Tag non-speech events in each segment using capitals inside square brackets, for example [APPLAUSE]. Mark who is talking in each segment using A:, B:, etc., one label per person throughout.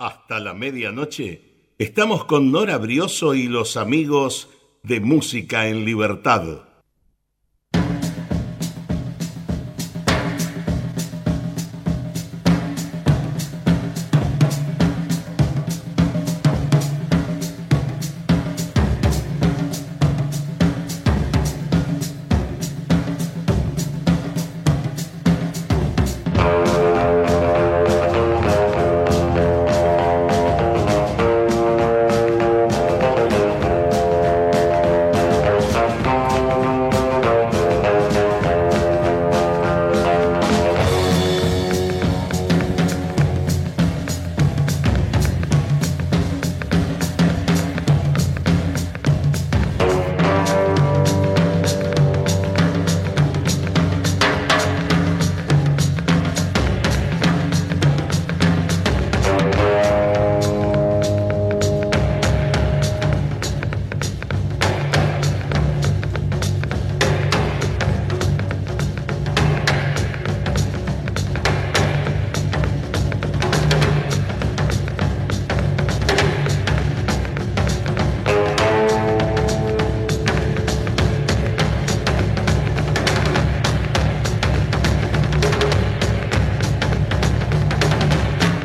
A: Hasta la medianoche estamos con Nora Brioso y los amigos de Música en Libertad.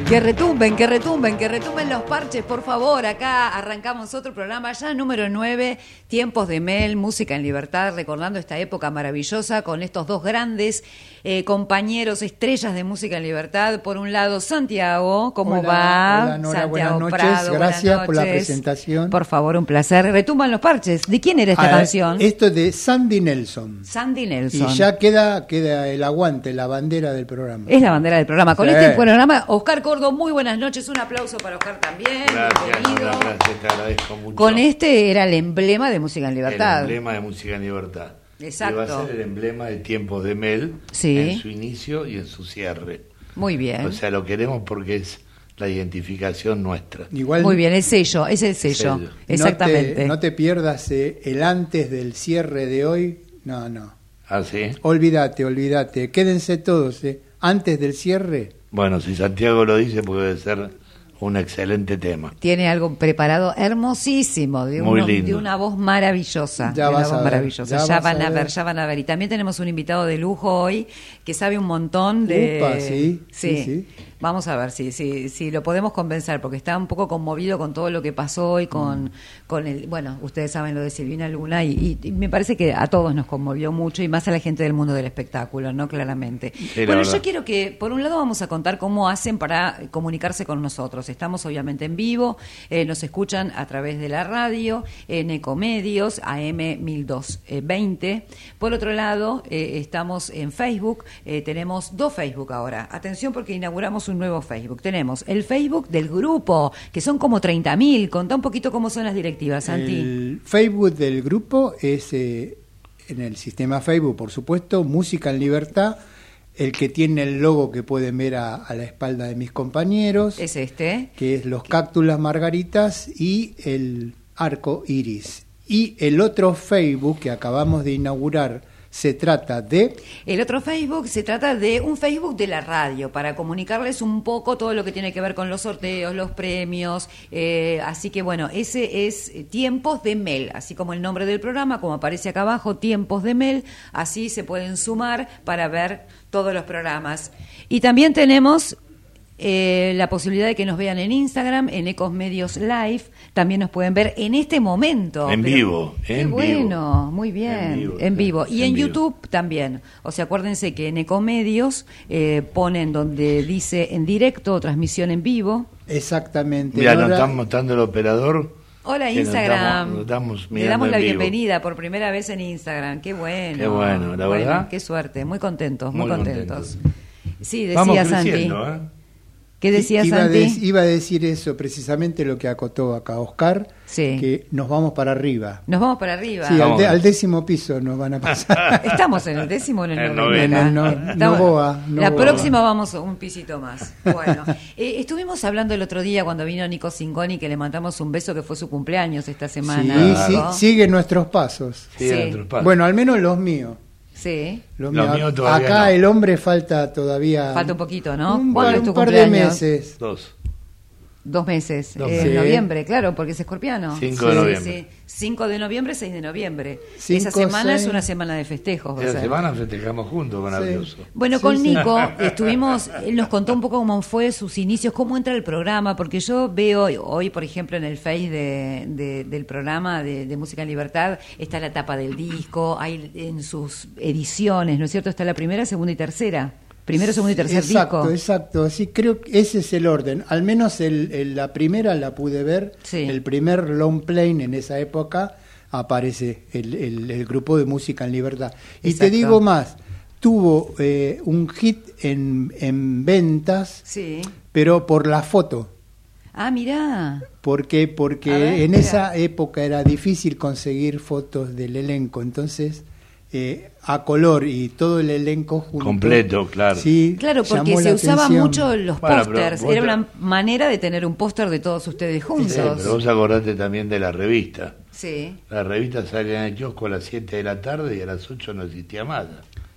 B: Que retumben, que retumben, que retumben los parches, por favor. Acá arrancamos otro programa ya, número 9, Tiempos de Mel, Música en Libertad, recordando esta época maravillosa con estos dos grandes eh, compañeros, estrellas de Música en Libertad. Por un lado, Santiago, ¿cómo
C: Hola,
B: va?
C: hola, Nora,
B: Santiago
C: buenas noches.
B: Prado, buenas
C: Gracias por la
B: noches.
C: presentación.
B: Por favor, un placer. Retumban los parches. ¿De quién era esta
C: Ah,
B: canción?
C: Esto es de Sandy Nelson.
B: Sandy
C: Y
B: Nelson.
C: ya queda, queda el aguante, la bandera del programa.
B: Es la bandera del programa. Con
C: Sí.
B: este programa, Oscar Cordo, muy buenas noches. Un aplauso para Oscar también.
D: Gracias,
B: Bienvenido.
D: Nora, gracias, te agradezco mucho.
B: Con este era el emblema de Música en
D: El
B: Libertad.
D: emblema de Música en Libertad.
B: Exacto.
D: Que va a ser el emblema de Tiempos de Mel
B: Sí.
D: en su inicio y en su cierre.
B: Muy bien.
D: O sea, lo queremos porque es la identificación nuestra.
C: Igual
B: Muy bien, el sello, es el sello.
D: Sello.
B: Exactamente.
C: No te, no te pierdas eh, el antes del cierre de hoy. No, no.
D: ¿Ah, sí?
C: Olvídate, olvídate. Quédense todos. eh. Antes del cierre.
D: Bueno, si Santiago lo dice, puede ser un excelente tema.
B: Tiene algo preparado hermosísimo, de,
D: Muy
B: uno-
D: lindo.
B: de una voz maravillosa.
C: Ya
B: de una
C: vas
B: voz
C: a ver,
B: maravillosa. Ya,
C: ya vas
B: van a,
C: a
B: ver,
C: ver.
B: ya van a ver. Y también tenemos un invitado de lujo hoy que sabe un montón de.
C: Upa, sí, sí, sí.
B: Vamos a ver si si si lo podemos convencer, porque está un poco conmovido con todo lo que pasó y con,
C: Mm.
B: con el. Bueno, ustedes saben lo de Silvina Luna, y, y- y me parece que a todos nos conmovió mucho y más a la gente del mundo del espectáculo, ¿no? Claramente.
D: la
B: bueno, yo
D: verdad.
B: quiero quiero que, por un lado, vamos a contar cómo hacen para comunicarse con nosotros. Estamos obviamente en vivo, eh, nos escuchan a través de la radio, en Ecomedios, AM 1220. Por otro lado, eh, estamos en Facebook, eh, tenemos dos Facebook ahora. Atención porque inauguramos un nuevo Facebook. Tenemos el Facebook del grupo, que son como 30.000. Contá un poquito cómo son las directivas, Santi.
C: El Facebook del grupo es eh, en el sistema Facebook, por supuesto, Música en Libertad. El que tiene el logo que pueden ver a, a la espalda de mis compañeros.
B: Es este.
C: que es los cáctulas margaritas y el arco iris. Y el otro Facebook que acabamos de inaugurar se trata de
B: El otro Facebook se trata de un Facebook de la radio, para comunicarles un poco todo lo que tiene que ver con los sorteos, los premios. eh, así que bueno, ese es eh, Tiempos de Mel, así como el nombre del programa, como aparece acá abajo, Tiempos de Mel. Así se pueden sumar para ver todos los programas. Y también tenemos eh, la posibilidad de que nos vean en Instagram, en Ecos Medios Live. También nos pueden ver en este momento.
D: En vivo,
B: Qué
D: en vivo.
B: bueno, muy bien. En
D: En
B: vivo.
D: vivo,
B: Y en,
D: en vivo.
B: YouTube también. O sea, acuérdense que en Ecomedios eh, ponen donde dice en directo, transmisión en vivo.
C: exactamente.
D: Mira, nos
C: Nora,
D: están mostrando el operador.
B: Hola
D: que nos
B: Instagram.
D: estamos- nos estamos
B: Le
D: mirando
B: damos
D: en
B: la
D: vivo.
B: bienvenida por primera vez en Instagram. Qué bueno.
D: Qué bueno, la verdad.
B: Qué suerte. Muy contentos, muy,
D: Muy
B: contentos. Sí,
D: Vamos
B: decía Santi.
D: creciendo, ¿eh?
B: ¿Qué decía
C: iba, a
B: Santi?
C: dec- iba a decir eso, precisamente lo que acotó acá Oscar,
B: Sí.
C: que nos vamos para arriba.
B: Nos vamos para arriba.
C: Sí, al,
D: Vamos.
C: de- al décimo piso nos van a
B: [LAUGHS]
C: pasar.
B: Estamos en el décimo o en el
D: El
B: noveno. acá.
C: noveno. No, no,
B: Estamos-
C: no boa, no
B: la
C: boa.
B: próxima vamos un pisito más. Bueno, eh, estuvimos hablando el otro día cuando vino Nico Singoni que le mandamos un beso que fue su cumpleaños esta semana.
C: Sí, sí,
B: ¿no?
C: sigue nuestros pasos.
D: Sí,
B: Sí.
D: en otros pasos.
C: Bueno, al menos los míos.
B: Sí.
C: Los
D: Los
C: míos.
D: míos todavía
C: Acá
D: no.
C: el hombre falta todavía.
B: Falta un poquito, ¿no?
C: Un,
B: ¿Cuándo
C: par-
B: es tu
C: un par de
B: cumpleaños?
C: meses.
D: Dos.
B: Dos meses.
E: Dos
B: Eh,
E: meses.
B: en noviembre, claro, porque es escorpiano.
D: Cinco de
B: Sí,
D: noviembre.
B: sí. 5 de noviembre, 6 de noviembre.
C: Cinco,
B: Esa semana
C: seis.
B: es una semana de festejos. va a
D: Esta
B: ser.
D: semana festejamos juntos con
C: Sí.
D: Avioso.
B: Bueno,
C: Sí,
B: con
C: sí.
D: [LAUGHS]
B: Nico estuvimos, él nos contó un poco cómo fue sus inicios, cómo entra el programa, porque yo veo hoy, por ejemplo, en el Face de- de- del programa de, de Música en Libertad, está la tapa del disco, hay en sus ediciones, ¿no es cierto? Está la primera, segunda y tercera. Primero, segundo y tercer
C: exacto,
B: disco.
C: Exacto, Sí, creo que ese es el orden. Al menos el- el- la primera la pude ver.
B: Sí.
C: El primer long plane en esa época aparece el, el- el grupo de música en libertad. Y te
B: Exacto.
C: digo más, tuvo eh, un hit en, en ventas,
B: Sí.
C: pero por la foto.
B: Ah, mirá.
C: ¿Por qué?
B: A
C: Porque
B: ver,
C: en
B: mira.
C: esa época era difícil conseguir fotos del elenco, entonces eh, a color y todo el elenco junto.
D: Completo, claro.
C: Sí,
B: Claro, porque
C: llamó
B: se
C: la
B: usaban
C: atención.
B: mucho los
D: Bueno, pero
B: pósters.
D: vos
B: Era
D: te-
B: una manera de tener un póster de todos ustedes juntos.
D: Sí, pero vos acordate también de la revista.
B: Sí.
D: La revista salía en el kiosco a las 7 de la tarde y a las 8 no existía más.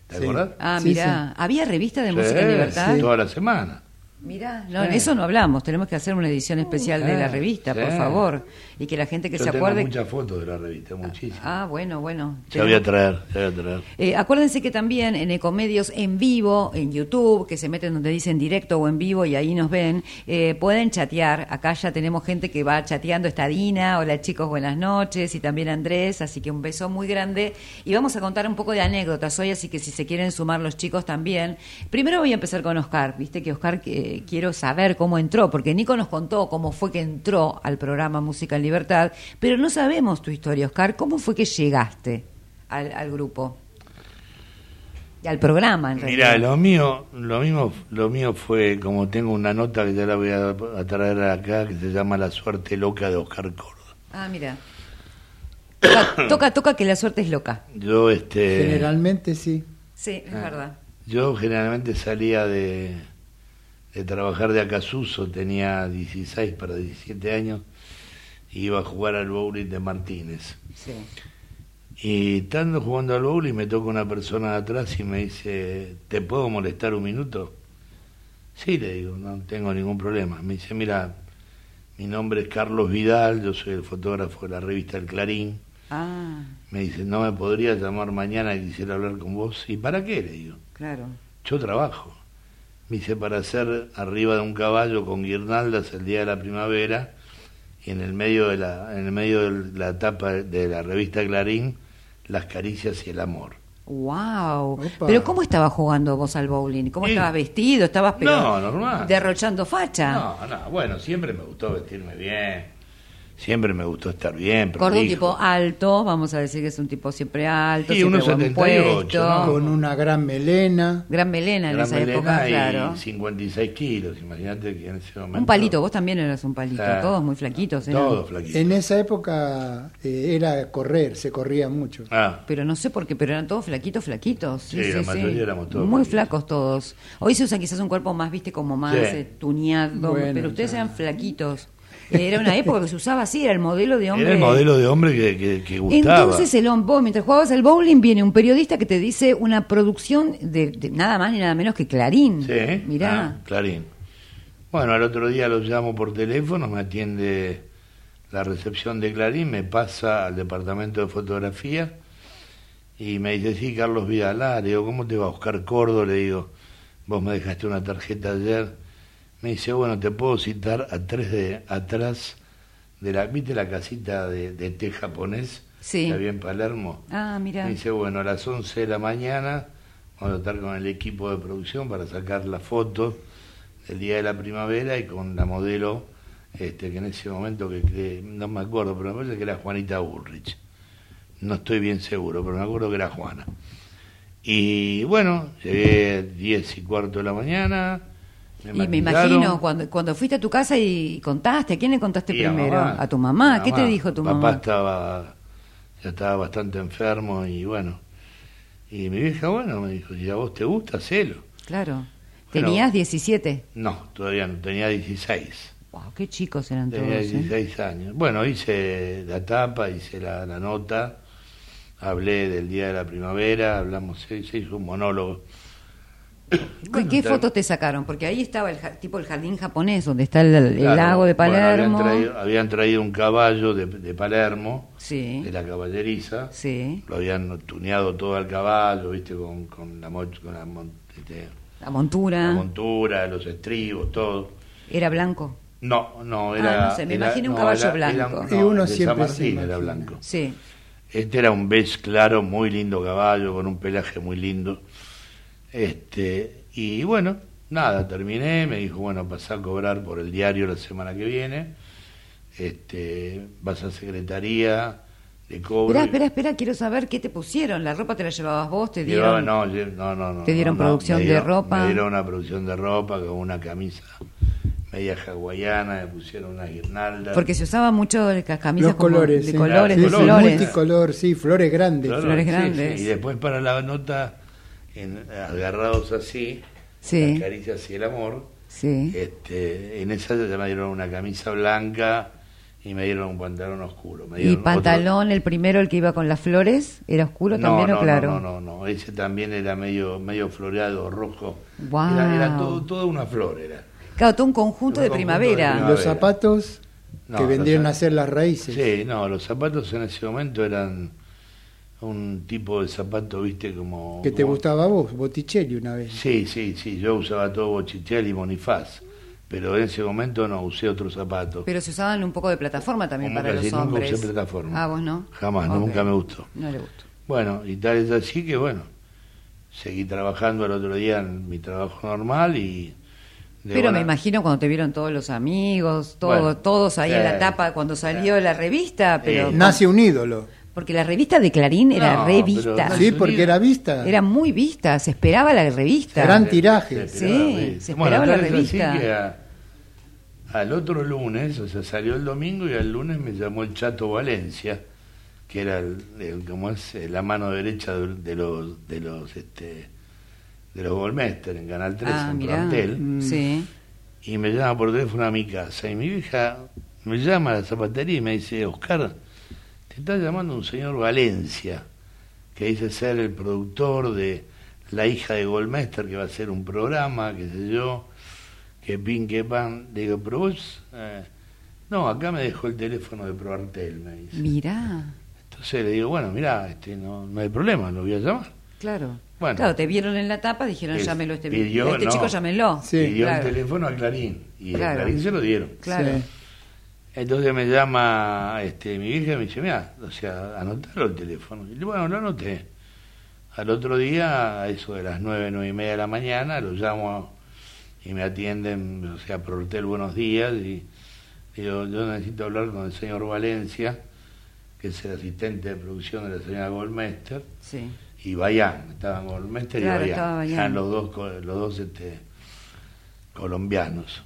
D: ¿Te
C: Sí.
D: acordás?
B: Ah,
C: Sí,
B: mirá. ¿Había revista de música en
D: Sí,
B: libertad?
D: Toda la semana.
B: Mirá, no,
D: Sí.
B: en eso no hablamos. Tenemos que hacer una edición especial de la
D: sí,
B: revista, por
D: Ah, sí.
B: favor. Y que la gente que
D: Yo
B: se
D: tengo
B: acuerde.
D: muchas fotos de la revista, muchísimas.
B: Ah, bueno, bueno.
D: ya voy a traer, ya voy a traer.
B: Eh, acuérdense que también en Ecomedios en vivo, en YouTube, que se meten donde dicen directo o en vivo y ahí nos ven, eh, pueden chatear. Acá ya tenemos gente que va chateando. Está Dina, hola chicos, buenas noches. Y también Andrés, así que un beso muy grande. Y vamos a contar un poco de anécdotas hoy, así que si se quieren sumar los chicos también. Primero voy a empezar con Oscar. Viste que Oscar eh, quiero saber cómo entró, porque Nico nos contó cómo fue que entró al programa Música en Libertad, pero no sabemos tu historia, Oscar. ¿Cómo fue que llegaste? al, al grupo y al programa en realidad.
D: Mira, lo mío, lo mismo, lo mío fue como tengo una nota que ya la voy a, a traer acá que se llama La suerte loca de Oscar Córdoba.
B: Ah, mira.
D: [COUGHS]
B: Toca, toca, toca, que la suerte es loca.
D: Yo este
C: Generalmente sí.
B: Sí, es verdad.
D: yo generalmente salía de, de trabajar de Acasuso, tenía 16 para 17 años, y iba a jugar al bowling de Martínez.
B: Sí.
D: Y estando jugando al bowling me toca una persona de atrás y me dice, ¿te puedo molestar un minuto? Sí, le digo, no tengo ningún problema. Me dice, mira, mi nombre es Carlos Vidal, yo soy el fotógrafo de la revista El Clarín.
B: Ah,
D: Me dice, ¿no me podría llamar mañana y quisiera hablar con vos? ¿Y para qué? Le digo,
B: claro.
D: yo trabajo. Me dice, para hacer arriba de un caballo con guirnaldas el día de la primavera y en el medio de la, en el medio de la tapa de la revista Clarín, las caricias y el amor.
B: Wow.
C: Opa.
B: Pero ¿cómo estabas jugando vos al bowling? ¿Cómo
D: Sí.
B: estabas vestido? ¿Estabas pero,
D: No, normal.
B: derrochando facha?
D: No, no, bueno, siempre me gustó vestirme bien, siempre me gustó estar bien.
B: Gordo, un
D: prolijo.
B: tipo alto, vamos a decir que es un tipo siempre alto,
D: Sí,
B: siempre
D: unos
B: buen
D: 78,
B: puesto.
D: Ah. ¿no?
C: Con una gran melena.
B: Gran melena en
D: Gran
B: esa
D: melena
B: época,
D: y
B: claro.
D: 56 kilos, imagínate que en ese momento...
B: Un palito, vos también eras un palito,
D: Claro.
B: todos muy flaquitos, eran.
D: Todos flaquitos.
C: En esa época eh, era correr, se corría mucho.
D: Ah,
B: Pero no sé por qué, pero eran todos flaquitos, flaquitos. Sí,
D: Sí, la
B: sí, sí.
D: mayoría éramos todos
B: Muy
D: flaquitos.
B: flacos todos. Hoy se usa quizás un cuerpo más, viste, como más
D: Sí.
B: eh, tuneado,
C: Bueno,
B: pero ustedes
C: ya.
B: eran flaquitos. Eh, Era una época que se usaba así, era el modelo de este hombre.
D: era el modelo de hombre que, que, que gustaba.
B: Entonces, el hom- vos, mientras jugabas al bowling, viene un periodista que te dice una producción de, de nada más ni nada menos que Clarín.
D: Sí.
B: Mirá.
D: Ah, Clarín. Bueno, al otro día los llamo por teléfono, me atiende la recepción de Clarín, me pasa al departamento de fotografía y me dice, sí, Carlos Vidal, Ah, le digo, ¿cómo te va Oscar Cordo? Le digo, vos me dejaste una tarjeta ayer. Me dice, bueno, te puedo citar a tres de, atrás de la, ¿viste la casita de, de té japonés?
B: Sí.
D: Que había en Palermo.
B: Ah, mirá.
D: Me dice, bueno, a las 11 de la mañana vamos a estar con el equipo de producción para sacar la foto del día de la primavera y con la modelo, este, que en ese momento, que, que no me acuerdo, pero me parece que era Juanita Bullrich. No estoy bien seguro, pero me acuerdo que era Juana. Y bueno, llegué 10 y cuarto de la mañana.
B: Y me
D: maquillaron.
B: imagino, cuando, cuando fuiste a tu casa y contaste, ¿a quién le contaste
D: Y a
B: primero? ¿A tu mamá? ¿Qué te dijo tu
D: Papá
B: mamá?
D: estaba, ya estaba bastante enfermo y bueno. Y mi vieja, bueno, me dijo, ¿y a vos te gusta? Hacelo.
B: Claro.
D: Bueno.
B: Tenías 17.
D: No, todavía no, tenía 16.
B: Wow, qué chicos eran todos.
D: Tenía
B: ¿eh?
D: 16 años. Bueno, hice la tapa, hice la, la nota, hablé del día de la primavera, hablamos, se, se hizo un monólogo
B: ¿Qué, qué fotos te sacaron? Porque ahí estaba el ja- tipo el jardín japonés, donde está el, el
D: Claro,
B: lago de
D: bueno, habían
B: Palermo.
D: traído- habían, traído, un caballo de, de Palermo,
B: Sí.
D: de la caballeriza.
B: Sí,
D: Lo habían tuneado todo al caballo, viste, con, con la, mo- con la mon- este,
B: la montura.
D: la montura, los estribos, todo.
B: Era blanco.
D: No, no,
B: Ah,
D: era.
B: no sé, me
D: era-
B: imagino un
D: no,
B: caballo
D: era- era un-
B: blanco.
D: no,
C: Y uno
D: de
C: siempre
D: San
C: se
D: Martín era
C: imagina.
D: blanco.
B: Sí.
D: Este era un beige claro, muy lindo caballo, con un pelaje muy lindo. Este, y bueno, nada, terminé, me dijo, bueno, pasá a cobrar por el diario la semana que viene. Este, vas a secretaría de cobro.
B: Espera,
D: y-
B: espera, espera, quiero saber qué te pusieron. ¿La ropa te la llevabas vos? ¿Te
D: Llevaba-
B: dieron?
D: no, lle- no, no, no,
B: ¿Te dieron
D: no, no,
B: producción
D: me
B: de ropa?
D: Me dieron una producción de ropa con una camisa media hawaiana, me pusieron una guirnalda.
B: Porque se usaba mucho de ca- camisas
C: Los
B: como
C: colores,
B: de
C: sí.
B: colores,
D: Ah,
C: Sí,
B: de
C: sí,
B: flores.
C: multicolor, sí, flores grandes.
D: Claro,
B: flores
D: sí,
B: grandes.
D: sí, Y después para la nota, en- agarrados así,
B: Sí.
D: las caricias y el amor.
B: Sí.
D: Este, en esa ya me dieron una camisa blanca y me dieron un pantalón oscuro. Me
B: ¿Y
D: dieron otro-
B: pantalón, el primero, el que iba con las flores? ¿Era oscuro
D: No,
B: también
D: no,
B: o claro?
D: No, no, no, no, ese también era medio medio floreado, rojo.
B: Guau.
D: Era, era todo, toda una flor, era.
B: Claro, todo un conjunto
D: Un
B: de
D: conjunto de
B: primavera.
D: primavera.
C: Los zapatos
D: No,
C: que
D: los
C: vendieron a
D: zapatos.
C: ser las raíces.
D: Sí, no, los zapatos en ese momento eran un tipo de zapato, viste, como...
C: Que te
D: como-
C: gustaba a vos, Botticelli una vez.
D: Sí, sí, sí, yo usaba todo Bochichel y Bonifaz, pero en ese momento no usé otro zapato.
B: Pero se usaban un poco de plataforma también
D: Nunca,
B: para los
D: sí, nunca
B: hombres.
D: usé plataforma.
B: Ah, vos no.
D: Jamás,
B: Ok.
D: nunca me gustó.
B: No le gustó.
D: Bueno, y tal es así que bueno, seguí trabajando al otro día en mi trabajo normal y... de
B: Pero me
D: buena-
B: imagino cuando te vieron todos los amigos, todo,
D: Bueno,
B: todos ahí en la
D: sí,
B: tapa cuando salió la revista, pero
D: Sí.
C: Nace un ídolo.
B: porque la revista de Clarín era
D: No,
B: revista,
D: pero-
C: Sí, porque era vista.
B: era muy vista, se esperaba la revista. Ah,
C: Gran
D: Se-
C: tiraje.
D: se esperaba
B: Sí,
D: la revista.
B: se esperaba la
D: tal es así
B: revista.
D: que a- al otro lunes, o sea, salió el domingo y al lunes me llamó el Chato Valencia, que era el, el- como es eh, la mano derecha de, de los de los este de los Golmester en Canal 3
B: ah,
D: en
B: mirá.
D: Plantel
B: Mm. Sí.
D: y me llama por teléfono a mi casa y mi vieja me llama a la zapatería y me dice Oscar te está llamando un señor Valencia que dice ser el productor de la hija de Golmester que va a hacer un programa que sé yo que pin que pan digo pero vos eh, no acá me dejó el teléfono de Proartel me dice
B: Mirá,
D: entonces le digo bueno mirá este no, no hay problema lo voy a llamar
B: claro.
D: Bueno.
B: Claro, te vieron en la tapa, dijeron
D: Es-
B: llámelo a este,
D: pidió,
B: a este
D: no.
B: chico, llámelo.
C: Sí,
D: y dio
B: claro.
D: el teléfono a Clarín y a
B: Claro.
D: Clarín se lo dieron
B: Claro.
C: Sí.
D: Entonces me llama este, mi vieja y me dice, mira, o sea, anotaron el teléfono. Y bueno, lo anoté. Al otro día, a eso de las nueve, nueve y media de la mañana, lo llamo y me atienden, o sea, por hotel buenos días, y digo, yo necesito hablar con el señor Valencia, que es el asistente de producción de la señora Goldmester,
B: Sí.
D: y Bayán, estaban Goldmester
B: Claro,
D: y
B: estaba
D: Bayán,
B: Bayán.
D: eran los dos, co- los dos este, colombianos.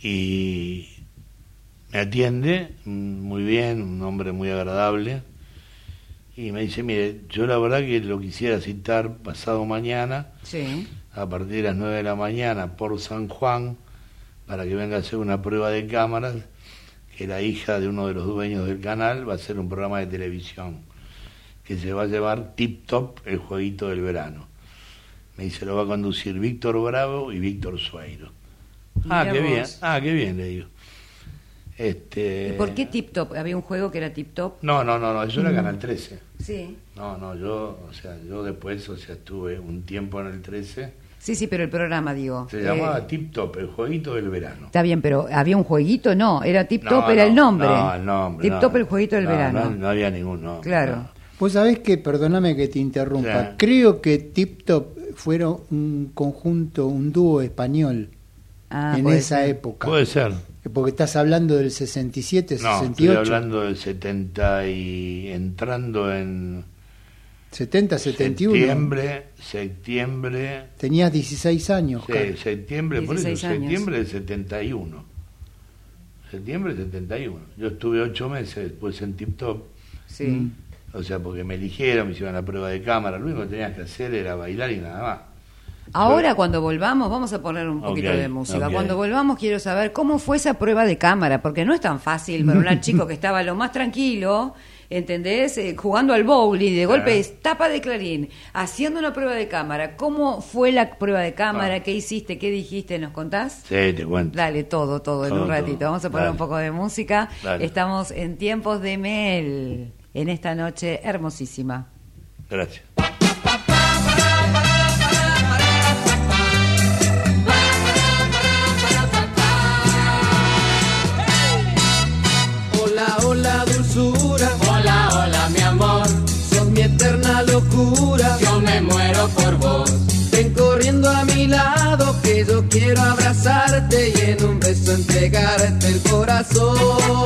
D: Y me atiende mm, muy bien, un hombre muy agradable, y me dice, mire, yo la verdad que lo quisiera citar pasado mañana,
B: Sí.
D: a partir de las 9 de la mañana, por San Juan, para que venga a hacer una prueba de cámaras, que la hija de uno de los dueños del canal va a hacer un programa de televisión, que se va a llevar Tip Top, el jueguito del verano. Me dice, lo va a conducir Víctor Bravo y Víctor Suairo. Ah,
B: Mirá
D: qué
B: vos.
D: bien, ah, qué bien, le digo. Este...
B: ¿Y por qué Mm. Tip Top? Había un juego que era Tip Top.
D: No, no, no, no, eso era Canal 13.
B: Sí.
D: No, no, yo, o sea, yo después, o sea, estuve un tiempo en el 13.
B: Sí, sí, pero el programa, digo.
D: Se
B: Eh,
D: llamaba Tip Top, el jueguito del verano.
B: Está bien, pero había un jueguito, no, era Tip Top,
D: No,
B: era
D: no,
B: el nombre.
D: No, el nombre.
B: Tip
D: no.
B: Top, el jueguito del
D: No,
B: verano.
D: No, no había ningún nombre.
B: Claro.
C: Vos sabés que, perdóname que te interrumpa,
D: Sí.
C: creo que Tip Top fueron un conjunto, un dúo español
B: Ah,
C: en
B: puede
C: esa
B: ser.
C: época.
D: Puede ser.
C: Porque estás hablando del 67,
D: No,
C: 68,
D: estoy hablando del 70 y entrando en
C: 70, 71.
D: septiembre, septiembre,
C: Tenías 16 años.
D: sí,
C: Oscar.
D: septiembre, por eso,
B: 16 años.
D: septiembre del 71. Septiembre del 71. Yo estuve ocho meses después en Tip Top.
B: Sí.
C: Mm.
D: O sea, porque me eligieron, me hicieron la prueba de cámara, lo único que tenías que hacer era bailar y nada más.
B: Ahora cuando volvamos vamos a poner un poquito
D: Ok,
B: de música.
D: ok.
B: Cuando volvamos quiero saber cómo fue esa prueba de cámara, porque no es tan fácil para
D: [LAUGHS]
B: un chico que estaba lo más tranquilo, ¿entendés? Eh, jugando al bowling y de
D: Claro.
B: golpe es tapa de clarín, haciendo una prueba de cámara. ¿Cómo fue la prueba de cámara?
D: Ah.
B: ¿Qué hiciste? ¿Qué dijiste? ¿Nos contás?
D: Sí, te cuento.
B: Dale, todo, todo, en
D: Todo,
B: un ratito.
D: todo.
B: Vamos a poner
D: Dale.
B: un poco de música.
D: Dale.
B: Estamos en tiempos de Mel, en esta noche hermosísima.
D: Gracias.
E: Hola, hola, dulzura. Hola, hola, mi amor. Sos mi eterna locura. Yo me muero por vos. Ven corriendo a mi lado que yo quiero abrazarte y en un beso entregarte el corazón.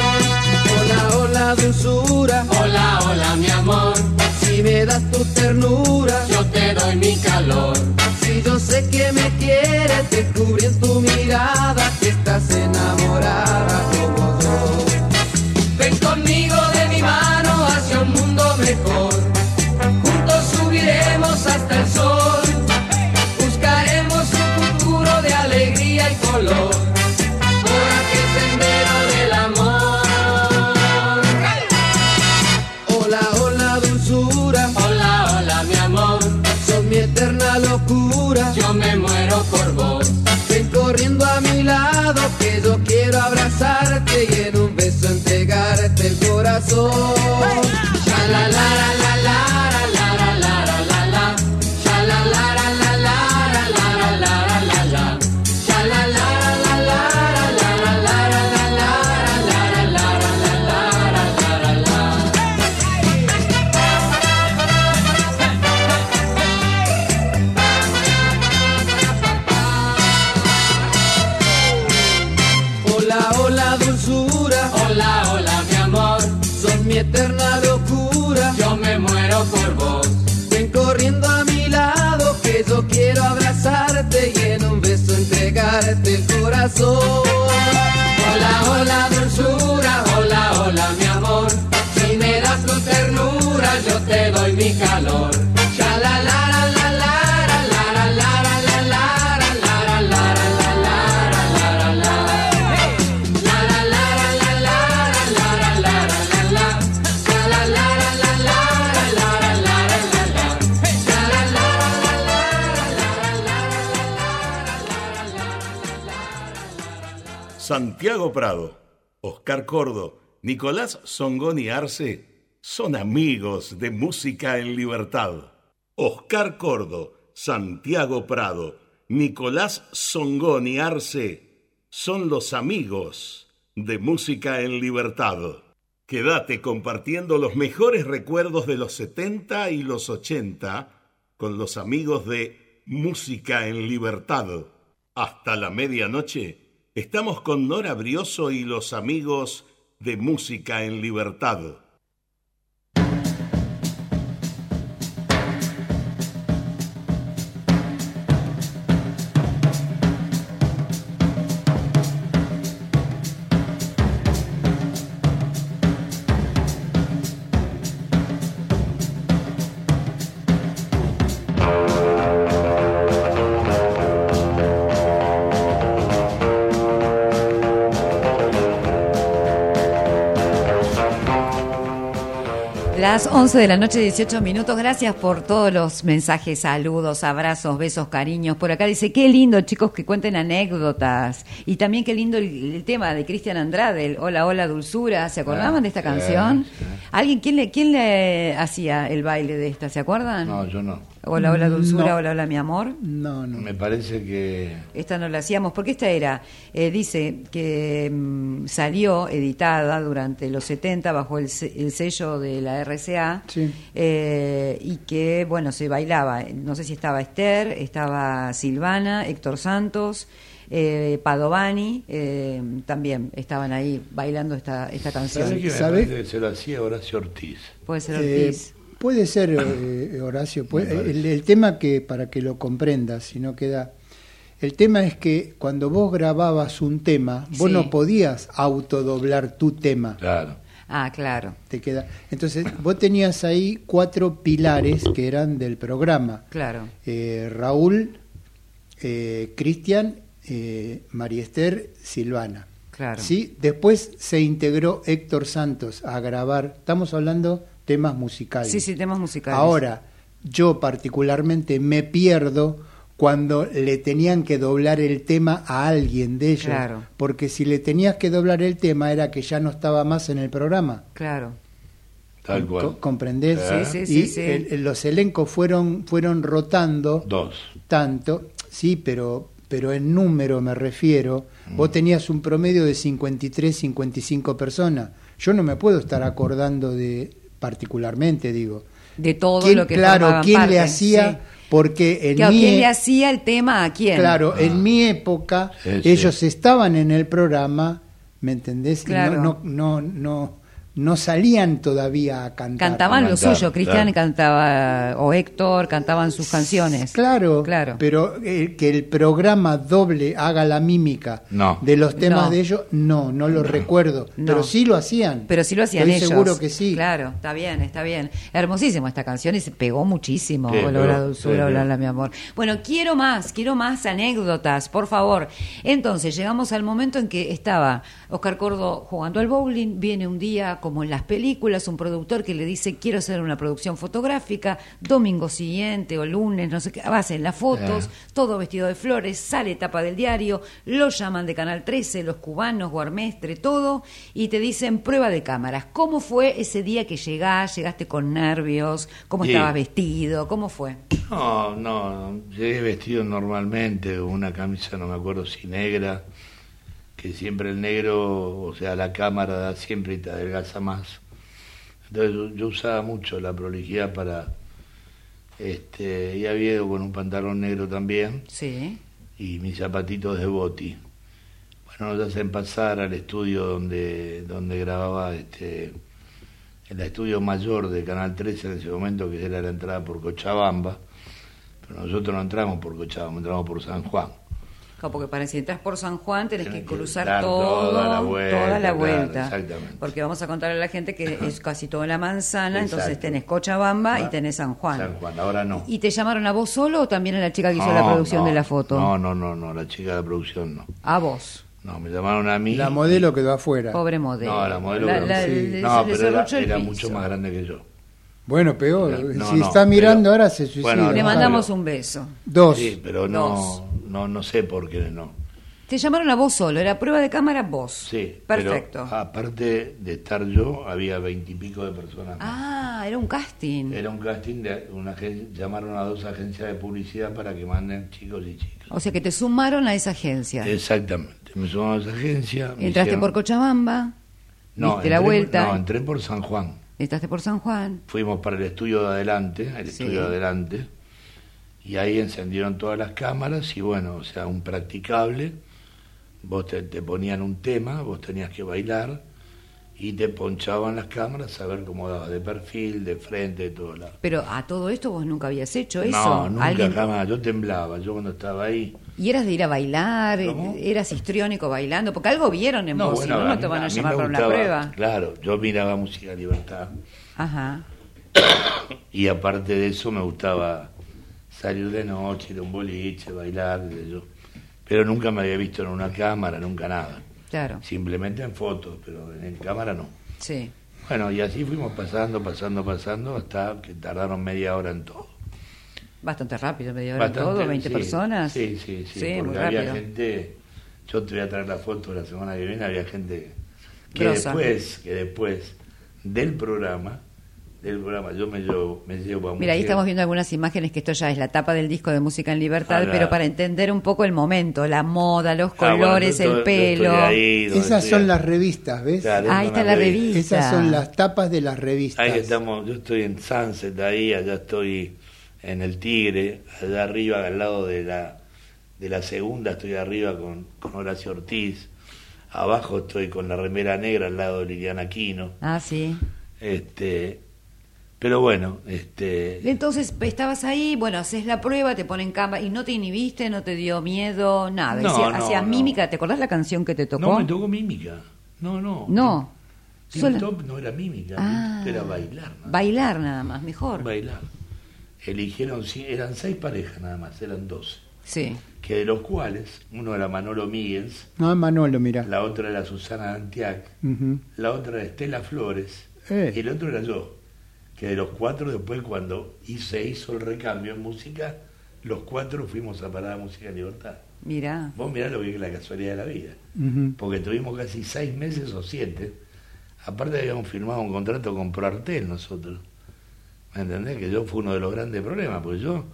E: Hola, hola, dulzura. Hola, hola, mi amor. Si me das tu ternura, yo te doy mi calor. Si yo sé que me quieres, descubrí en tu mirada que estás enamorada como yo. Ven conmigo de mi mano hacia un mundo mejor. Juntos subiremos hasta el sol. Buscaremos un futuro de alegría y color. Por aquel sendero del amor. Hola, hola, dulzura. Hola, hola, mi amor. Sos mi eterna locura. Yo me muero por vos. Ven corriendo a mi lado que yo quiero abrazarte y en un beso entregarte el corazón. Sha la la la la la la la la la la la. Sha la la la la la la la la la la la. Sha la la la la la la la la la la la la la la. Hola, hola, dulzura. Hola, hola, mi amor. Sos mi eterna locura. Yo me muero por vos. Ven corriendo a mi lado que yo quiero abrazarte y en un beso entregarte el corazón. Hola, hola, dulzura. Hola, hola, mi amor. Si me das tu ternura, yo te doy mi calor. Sha la la la la la la la la la la la la la la la la
A: Santiago Prado, Oscar Cordo, Nicolás Songoni Arce son amigos de Música en Libertad. Oscar Cordo, Santiago Prado, Nicolás Songoni Arce son los amigos de Música en Libertad. Quédate compartiendo los mejores recuerdos de los 70 y los 80 con los amigos de Música en Libertad. Hasta la medianoche estamos con Nora Brioso y los amigos de Música en Libertad.
B: Las 11 de la noche, 18 minutos. Gracias por todos los mensajes, saludos, abrazos, besos, cariños. Por acá dice, qué lindo, chicos, que cuenten anécdotas. Y también qué lindo el, el tema de Cristian Andrade, el Hola, Hola, Dulzura. ¿Se acordaban de esta
D: Ah, sí,
B: canción?
D: sí.
B: ¿Alguien, quién le, quién le hacía el baile de esta? ¿Se acuerdan?
D: No, yo no.
B: Hola, Hola, Dulzura,
C: No.
B: Hola, Hola, mi amor.
C: No, no.
D: Me parece que
B: Esta no la hacíamos, porque esta era, eh, dice que mm, salió editada durante los 70 bajo el, se- el sello de la RCA
C: Sí.
B: eh, y que, bueno, se bailaba. No sé si estaba Esther, estaba Silvana, Héctor Santos, eh, Padovani, eh, también estaban ahí bailando esta, esta
D: ¿Sabes
B: canción.
D: qué? Me
C: ¿Sabe?
D: parece que se lo hacía Horacio Ortiz.
B: Puede ser
C: Eh,
B: Ortiz.
C: puede ser,
B: [COUGHS]
C: eh, Horacio, puede-
D: Me parece.
C: el, el tema que, para que lo comprendas, si no queda... El tema es que cuando vos grababas un tema, vos
B: Sí.
C: no podías autodoblar tu tema.
D: Claro.
B: Ah, claro,
C: Te queda. Entonces, vos tenías ahí cuatro pilares que eran del programa.
B: claro.
C: Eh, Raúl, eh, Cristian, eh, María Esther, Silvana.
B: Claro.
C: ¿sí? Después se integró Héctor Santos a grabar, estamos hablando temas musicales.
B: Sí, sí, temas musicales.
C: Ahora, yo particularmente me pierdo cuando le tenían que doblar el tema a alguien de ellos,
B: Claro.
C: porque si le tenías que doblar el tema era que ya no estaba más en el programa.
B: Claro.
D: Tal
C: Co-
D: cual.
C: ¿Comprendés?
D: Sí,
B: sí,
C: y
B: sí, sí.
C: el- el- los elencos fueron, fueron rotando
D: Dos.
C: tanto, sí, pero, pero en número me refiero.
D: Mm.
C: Vos tenías un promedio de 53, 55 personas. Yo no me puedo
D: Mm.
C: estar acordando de, particularmente, digo.
B: De todo
C: ¿Quién-
B: lo que
C: claro,
B: formaban
C: quién
B: parte,
C: le hacía,
B: sí.
C: porque en
B: Claro,
C: mi
B: ¿Quién
C: e-
B: le hacía el tema a quién?
C: Claro, en mi época
D: Ah. Sí, sí.
C: ellos estaban en el programa, ¿me entendés? Y
B: Claro.
C: No, no, no, no, no salían todavía a cantar.
B: Cantaban lo
D: Cantar,
B: suyo, Cristian
D: claro.
B: cantaba, o Héctor cantaban sus canciones.
C: Claro,
B: Claro.
C: pero eh, que el programa doble haga la mímica
D: No.
C: de los temas
B: No.
C: de ellos, no, no lo recuerdo.
B: No.
C: Pero sí lo hacían.
B: Pero sí lo hacían
C: Estoy
B: ellos.
C: seguro que sí.
B: Claro, está bien, está bien. Hermosísimo esta canción y se pegó muchísimo.
D: Sí,
B: Olor a
D: pegó, sí,
B: dulzura,
D: pegó.
B: olor a mi amor. Bueno, quiero más, quiero más anécdotas, por favor. Entonces, llegamos al momento en que estaba Oscar Cordo jugando al bowling. Viene un día, como en las películas, un productor que le dice: Quiero hacer una producción fotográfica. Domingo siguiente o lunes, no sé qué, hacen las fotos
D: Ah.
B: todo vestido de flores, sale tapa del diario, lo llaman de Canal 13, los cubanos, Guarmestre, todo, y te dicen prueba de cámaras. ¿Cómo fue ese día que llegás? ¿Llegaste con nervios? ¿Cómo
D: Sí.
B: estabas vestido? ¿Cómo fue?
D: No, no, llegué vestido normalmente, una camisa, no me acuerdo si negra, que siempre el negro, o sea, la cámara da siempre y te adelgaza más. Entonces yo, yo usaba mucho la prolijidad para... Este, y había ido con un pantalón negro también
B: Sí,
D: y mis zapatitos de boti. Bueno, nos hacen pasar al estudio donde, donde grababa este, el estudio mayor de Canal 13 en ese momento, que era la entrada por Cochabamba. Pero nosotros no entramos por Cochabamba, entramos por San Juan.
B: Claro, porque para si entras por San Juan tenés que
D: Tenés que
B: cruzar
D: dar
B: todo,
D: toda la vuelta,
B: toda la
D: claro,
B: vuelta.
D: exactamente.
B: Porque vamos a contarle a la gente que
D: [CLEARS THROAT]
B: es casi toda la manzana, entonces
D: Exacto. Ah,
B: tenés Cochabamba y tenés San Juan.
D: San Juan, ahora no.
B: ¿Y te llamaron a vos solo o también a la chica que hizo la
D: No,
B: producción
D: no,
B: de la foto?
D: No, no, no, no, la chica de la producción no.
B: A vos.
D: No, me llamaron a mí.
C: La modelo quedó afuera.
B: Pobre modelo.
D: No, la modelo.
B: La-
D: que-
B: la-
D: sí.
B: le-
D: No,
B: le
D: pero era,
B: serruchó el
D: era
B: piso.
D: mucho más grande que yo.
C: Bueno, peor.
D: No,
C: si
D: no,
C: está mirando
D: pero-
C: ahora se suicida.
D: Bueno,
B: Le
D: no,
B: mandamos
D: no.
B: un beso.
C: Dos.
D: Sí, pero
B: Dos.
D: no, no, no sé por qué no.
B: Te llamaron a vos solo, era prueba de cámara vos.
D: Sí,
B: Perfecto.
D: Pero ah. aparte de estar yo, había veintipico de personas. más.
B: ah, era un casting.
D: Era un casting de una agen- llamaron a dos agencias de publicidad para que manden chicos y chicas.
B: O sea que te sumaron a esa agencia.
D: Exactamente. Me sumaron a esa agencia. me
B: Entraste
D: hicieron-
B: por Cochabamba,
D: No,
B: diste la
D: entré-
B: vuelta,
D: No, entré por San Juan.
B: entraste por San Juan.
D: Fuimos para el estudio de adelante, el
B: Sí.
D: estudio de adelante, y ahí encendieron todas las cámaras y bueno, o sea, un practicable, vos te, te ponían un tema, vos tenías que bailar y te ponchaban las cámaras a ver cómo dabas de perfil, de frente, de todos lados.
B: Pero a todo esto vos nunca habías hecho eso.
D: No, nunca
B: Alguien-
D: jamás, yo temblaba, yo cuando estaba ahí.
B: Y eras de ir a bailar,
D: ¿Cómo?
B: eras histriónico bailando, porque algo vieron en vos, si no,
D: a
B: no
D: mí-
B: te van a,
D: a mí
B: llamar
D: me
B: para una
D: gustaba-
B: prueba.
D: Claro, yo miraba Música Libertad.
B: Ajá.
D: Y aparte de eso me gustaba salir de noche, ir a un boliche, bailar, qué sé yo. Pero nunca me había visto en una cámara, nunca nada.
B: Claro,
D: Simplemente en fotos, pero en cámara no.
B: sí.
D: Bueno, y así fuimos pasando, pasando, pasando, hasta que tardaron media hora en todo.
B: Bastante rápido, media hora en
D: Bastante,
B: todo, 20
D: sí.
B: personas.
D: Sí, sí, sí.
B: muy
D: porque
B: rápido.
D: había gente, yo te voy a traer la foto la semana que viene, había gente que
B: Grosa.
D: después, que después del programa, del programa, yo me llevo, me llevo a un
B: Mira, ahí
D: ciego.
B: estamos viendo algunas imágenes que esto ya es la tapa del disco de Música en Libertad,
D: Ahora-
B: pero para entender un poco el momento, la moda, los
D: Ah, bueno,
B: colores,
D: yo estoy-
B: el
D: yo estoy
B: pelo.
D: ahí donde
C: Esas
D: estoy
C: son
D: ahí.
C: las revistas, ¿ves?
D: Claro.
B: Ahí está la revista.
C: Esas son las tapas de las revistas.
D: Ahí estamos, yo estoy en Sunset ahí, allá estoy en el Tigre, allá arriba al lado de la de la segunda estoy arriba con, con Horacio Ortiz, abajo estoy con la remera negra al lado de Liliana Aquino,
B: Ah, sí.
D: este pero bueno, este
B: Entonces estabas ahí, bueno, haces la prueba, te ponen cámara y no te inhibiste, no te dio miedo, nada.
D: No,
B: Hacía-
D: no,
B: hacías
D: no.
B: mímica, ¿te acordás la canción que te tocó?
D: no me tocó mímica, no, no,
B: No,
D: Tip
B: sola-
D: Top no era mímica,
B: Ah.
D: era bailar, nada
B: bailar nada más, mejor.
D: bailar. Eligieron, sí, eran seis parejas nada más, eran doce.
B: Sí.
D: que de los cuales uno era Manolo Míguez,
C: No, Manolo, mira.
D: la otra era Susana Antiac,
C: Ujú.
D: la otra era Estela Flores
C: Eh.
D: y el otro era yo, que de los cuatro después cuando hi- se hizo el recambio en música, los cuatro fuimos a Parada Música Libertad.
B: Mirá.
D: Vos mirá lo que es la casualidad de la vida,
C: Ujú.
D: porque tuvimos casi seis meses o siete, aparte habíamos firmado un contrato con Proartel nosotros, ¿me entendés? Que yo fue uno de los grandes problemas, porque yo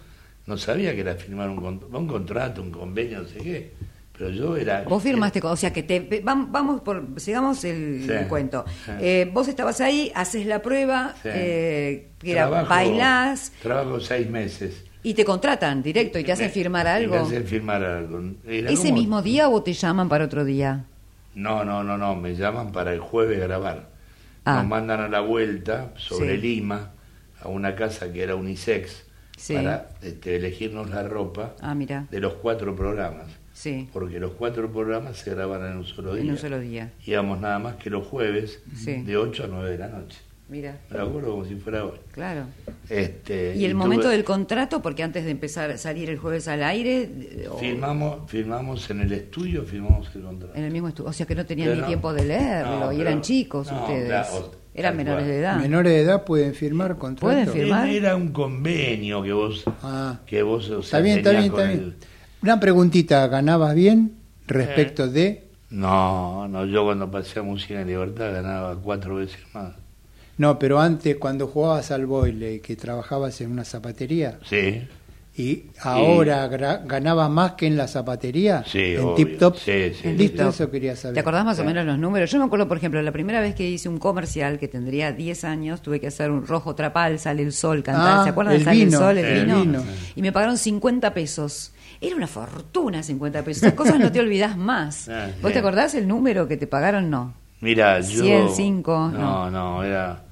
D: no sabía que era firmar un, con- un contrato, un convenio, no sé qué, pero yo era...
B: Vos firmaste, con- o sea que te. ve- vam- Vamos por. Sigamos el,
D: Sí.
B: el cuento.
D: Sí.
B: Eh, vos estabas ahí, haces la prueba,
D: Sí.
B: eh, que era,
D: Trabajo-
B: bailás
D: Trabajo seis meses.
B: y te contratan directo y te hacen
D: Me-
B: firmar
D: me
B: algo.
D: hacen firmar algo. Era
B: ¿Ese
D: como-
B: mismo día o te llaman para otro día?
D: No, no, no, no. Me llaman para el jueves grabar.
B: Ah.
D: Nos mandan a la vuelta sobre
B: Sí.
D: Lima a una casa que era unisex
B: Sí.
D: para este, elegirnos la ropa
B: Ah, mira.
D: de los cuatro programas.
B: Sí.
D: Porque los cuatro programas se graban en un solo día.
B: En un solo día.
D: Íbamos nada más que los jueves
B: Sí.
D: de 8 a 9 de la noche.
B: Mira.
D: Me lo acuerdo como si fuera hoy.
B: Claro.
D: Este,
B: ¿Y el
D: tuve-
B: momento del contrato? Porque antes de empezar a salir el jueves al aire. eh, o-
D: Firmamos, firmamos en el estudio, firmamos el contrato.
B: En el mismo estudio. O sea que no tenían
D: Pero
B: ni
D: no.
B: tiempo de leerlo.
D: No,
B: y
D: pero-
B: eran chicos
D: no,
B: ustedes.
D: claro, o-
B: eran
D: tal
B: menores
D: cual.
B: de edad.
C: Menores de edad pueden firmar contrato.
B: Pueden firmar. ¿Firmar?
D: Era un convenio que vos,
C: Ah.
D: que vos o
C: Está
D: sea,
C: bien, está
D: tenías
C: bien, está
D: con
C: bien. Una preguntita, ¿ganabas bien respecto de...?
D: el- No, no, yo cuando pasé a Música en Libertad ganaba cuatro veces más.
C: No, pero antes cuando jugabas al boile, que trabajabas en una zapatería,
D: Sí,
C: y ahora gra- ganabas más que en la zapatería,
D: Sí,
C: en
D: obvio.
C: Tip Top,
D: Sí, sí,
B: En
C: listo,
B: TikTok.
C: eso quería saber.
B: ¿Te acordás más o
D: Sí.
B: menos los números? Yo me acuerdo, por ejemplo, la primera vez que hice un comercial, que tendría 10 años, tuve que hacer un rojo trapal, sale el sol, cantar.
C: Ah,
B: ¿Se acuerdan? de
C: el
B: Sale
C: vino,
B: el sol, el
D: el
B: vino.
C: vino.
B: Y me pagaron 50 pesos. Era una fortuna 50 pesos. Esas cosas no te olvidás más.
D: Ah,
B: ¿Vos
D: sí.
B: te acordás el número que te pagaron? No.
D: mira, yo...
B: Cien, cinco, no.
D: No, no, era,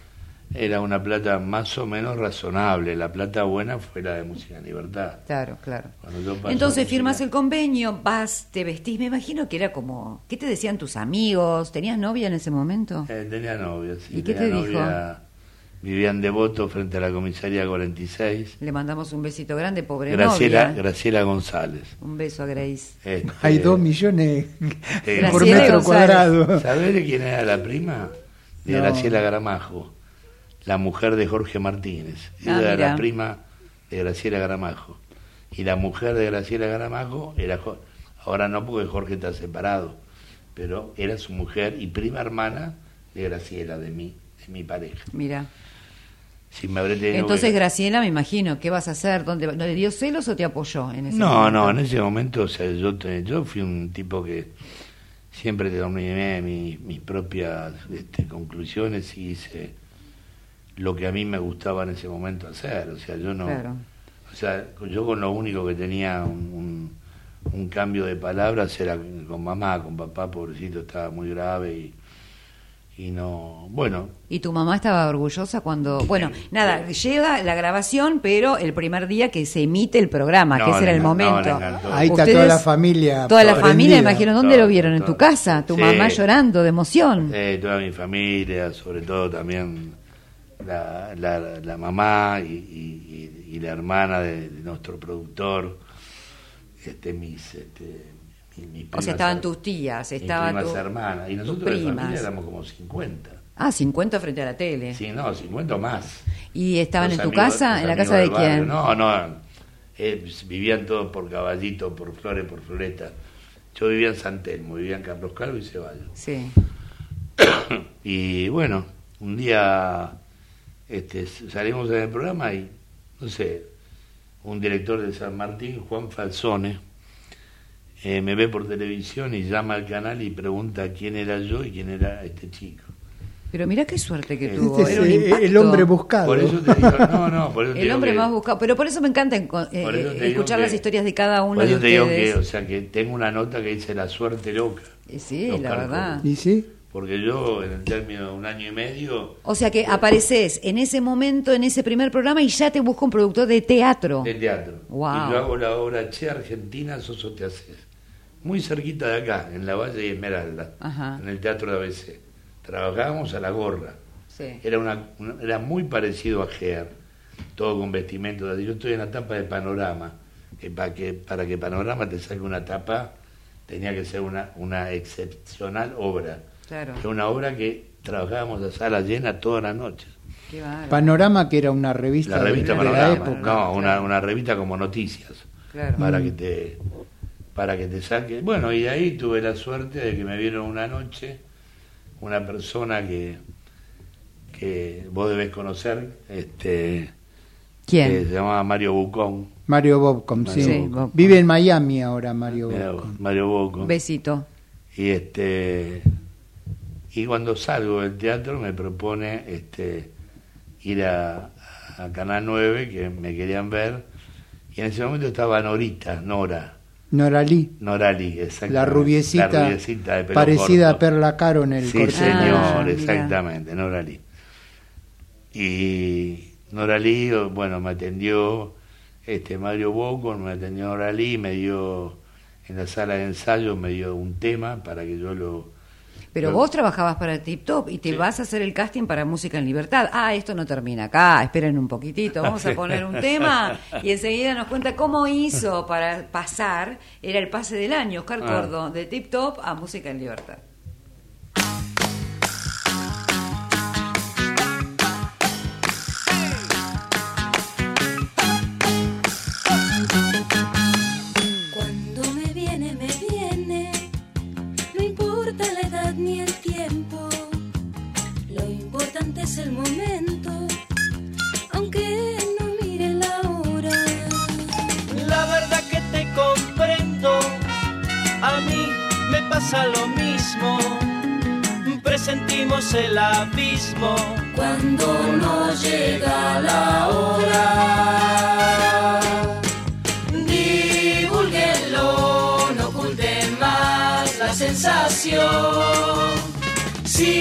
D: era una plata más o menos razonable. La plata buena fue la de Música en Libertad.
B: Claro, claro.
D: Cuando yo paso
B: Entonces
D: a
B: firmas
D: cocinar.
B: el convenio, vas, te vestís. Me imagino que era como. ¿Qué te decían tus amigos? ¿Tenías novia en ese momento?
D: Eh, tenía novia, sí.
B: ¿Y qué
D: tenía
B: te
D: novia, Vivían Devoto frente a la comisaría 46.
B: Le mandamos un besito grande, pobre
D: Graciela,
B: novia.
D: Graciela González.
B: Un beso a Grace.
D: Este,
C: Hay dos millones
D: Graciela
C: por metro
B: González.
C: cuadrado.
D: ¿Sabés de quién era la prima? De
C: No.
D: Graciela Gramajo, la mujer de Jorge Martínez.
B: Ah,
D: Ella era
B: mira.
D: la prima de Graciela Gramajo. Y la mujer de Graciela Gramajo era. Jo- Ahora no, porque Jorge está separado. Pero era su mujer y prima hermana de Graciela, de mí, de mi pareja.
B: Mira.
D: Si me habré tenido
B: Entonces,
D: que-
B: Graciela, me imagino, ¿qué vas a hacer? ¿Dónde va- ¿No le dio celos o te apoyó en ese
D: No,
B: momento?
D: no, en ese momento, o sea, yo, te- yo fui un tipo que siempre te dominé mi- mis propias este, conclusiones y hice lo que a mí me gustaba en ese momento hacer. O sea, yo no.
B: Claro.
D: O sea, yo con lo único que tenía un, un- un cambio de palabras era con mamá, con papá, pobrecito, estaba muy grave y, y no. Bueno,
B: ¿Y tu mamá estaba orgullosa cuando.? Bueno, nada, llega la grabación, pero el primer día que se emite el programa,
D: No,
B: que ese era
D: le
B: el
D: engan- no,
B: momento.
D: le enganchó.
C: Ahí está
B: Ustedes-
C: toda la familia.
B: Toda la
D: Todo.
B: familia,
C: prendida.
B: imagino, ¿dónde
D: Todo,
B: lo vieron? ¿En
D: todo.
B: tu casa? ¿Tu
D: Sí.
B: mamá llorando de emoción?
D: Eh, toda mi familia, sobre todo también la, la- la mamá y, y- y- y la hermana de, de nuestro productor, este, mis, este, mi- mis
B: O
D: primas
B: sea, estaban
D: her-
B: tus tías,
D: mis
B: estaba
D: primas
B: tu-
D: hermanas. Y
B: tus
D: nosotros de familia
B: primas.
D: éramos como 50.
B: Ah, 50 frente a la tele.
D: Sí, no, 50 o más.
B: ¿Y estaban
D: Los
B: en tu
D: amigos-
B: casa?
D: los
B: ¿En la
D: amigos
B: casa de
D: del barrio.
B: quién?
D: No, no. eh, vivían todos por caballito, por flores, por floreta. Yo vivía en San Telmo, vivía en Carlos Calvo y Ceballos.
B: Sí.
D: Y bueno, un día este, salimos en el programa y, no sé, un director de San Martín, Juan Falsone, eh, me ve por televisión y llama al canal y pregunta quién era yo y quién era este chico.
B: Pero mirá qué suerte que
D: Este
B: tuvo.
C: Este
B: era un
C: es el
B: impacto.
C: hombre buscado.
D: Por eso te digo, no, no, por eso te
B: El
D: digo
B: hombre
D: que-
B: más buscado. Pero por eso me encanta enco- eh,
D: por eso te
B: eh,
D: digo
B: escuchar
D: que-
B: las historias de cada uno
D: por
B: de
D: eso te digo que, o
B: ustedes.
D: sea, que tengo una nota que dice la suerte loca.
B: Y sí,
D: Los
B: la
D: cálculos.
B: verdad.
C: ¿Y sí?
D: Porque yo, en el término de un año y medio,
B: O sea que apareces en ese momento, en ese primer programa, y ya te busca un productor de teatro.
D: de teatro.
B: Wow.
D: Y yo hago la obra Che Argentina, Soso te haces. Muy cerquita de acá, en la Valle de Esmeralda,
B: Ajá.
D: en el Teatro de ABC. Trabajábamos a la gorra.
B: Sí.
D: Era, una, una- era muy parecido a Ger, todo con vestimenta. Yo estoy en la tapa de Panorama, que para que, para que Panorama te salga una tapa tenía que ser una, una excepcional obra.
B: Claro.
D: Es una obra que trabajábamos a sala llena todas las noches.
B: Qué bárbaro.
C: Panorama, que era una revista,
D: La revista
C: de, de la
D: Panorama,
C: época.
D: no, una, una revista como noticias,
B: Claro.
D: para que te para que te saque. Bueno, y ahí tuve la suerte de que me vieron una noche una persona que que vos debés conocer, este que
B: ¿Quién?
D: se llamaba Mario Bucón.
C: Mario Bobcom, sí.
B: Sí, Bobcom.
C: Vive en Miami ahora Mario
D: Mirá vos,
C: Bobcom.
D: eh, Mario Bucón.
B: Besito.
D: y este y cuando salgo del teatro me propone este ir a, a Canal 9 que me querían ver y en ese momento estaba Norita, Nora,
C: Noralí,
D: Nora Lee, exactamente.
C: la rubiecita,
D: La rubiecita de pelo
C: parecida
D: corto.
C: a Perla Caro en el
D: Sí,
C: corte.
D: señor,
B: Ah, mira.
D: exactamente, Nora Lee. Y Nora Lee, bueno, me atendió este Mario Bocor, me atendió Nora Lee, me dio en la sala de ensayo me dio un tema para que yo lo
B: Pero
D: Claro.
B: vos trabajabas para Tip Top y te vas a hacer el casting para Música en Libertad. Ah, esto no termina acá, esperen un poquitito,
D: [LAUGHS]
B: vamos a poner un tema y enseguida nos cuenta cómo hizo para pasar, era el pase del año, Oscar
D: Ah.
B: Cordo, de Tip Top a Música en Libertad.
F: Cuando me viene, me viene. No importa la edad ni el tiempo. Lo importante es el momento. Aunque no mire la hora.
G: La verdad que te comprendo, a mí me pasa lo mismo. Presentimos el abismo.
F: Cuando no llega la hora.
G: Divulguenlo, no oculten más la sensación. Si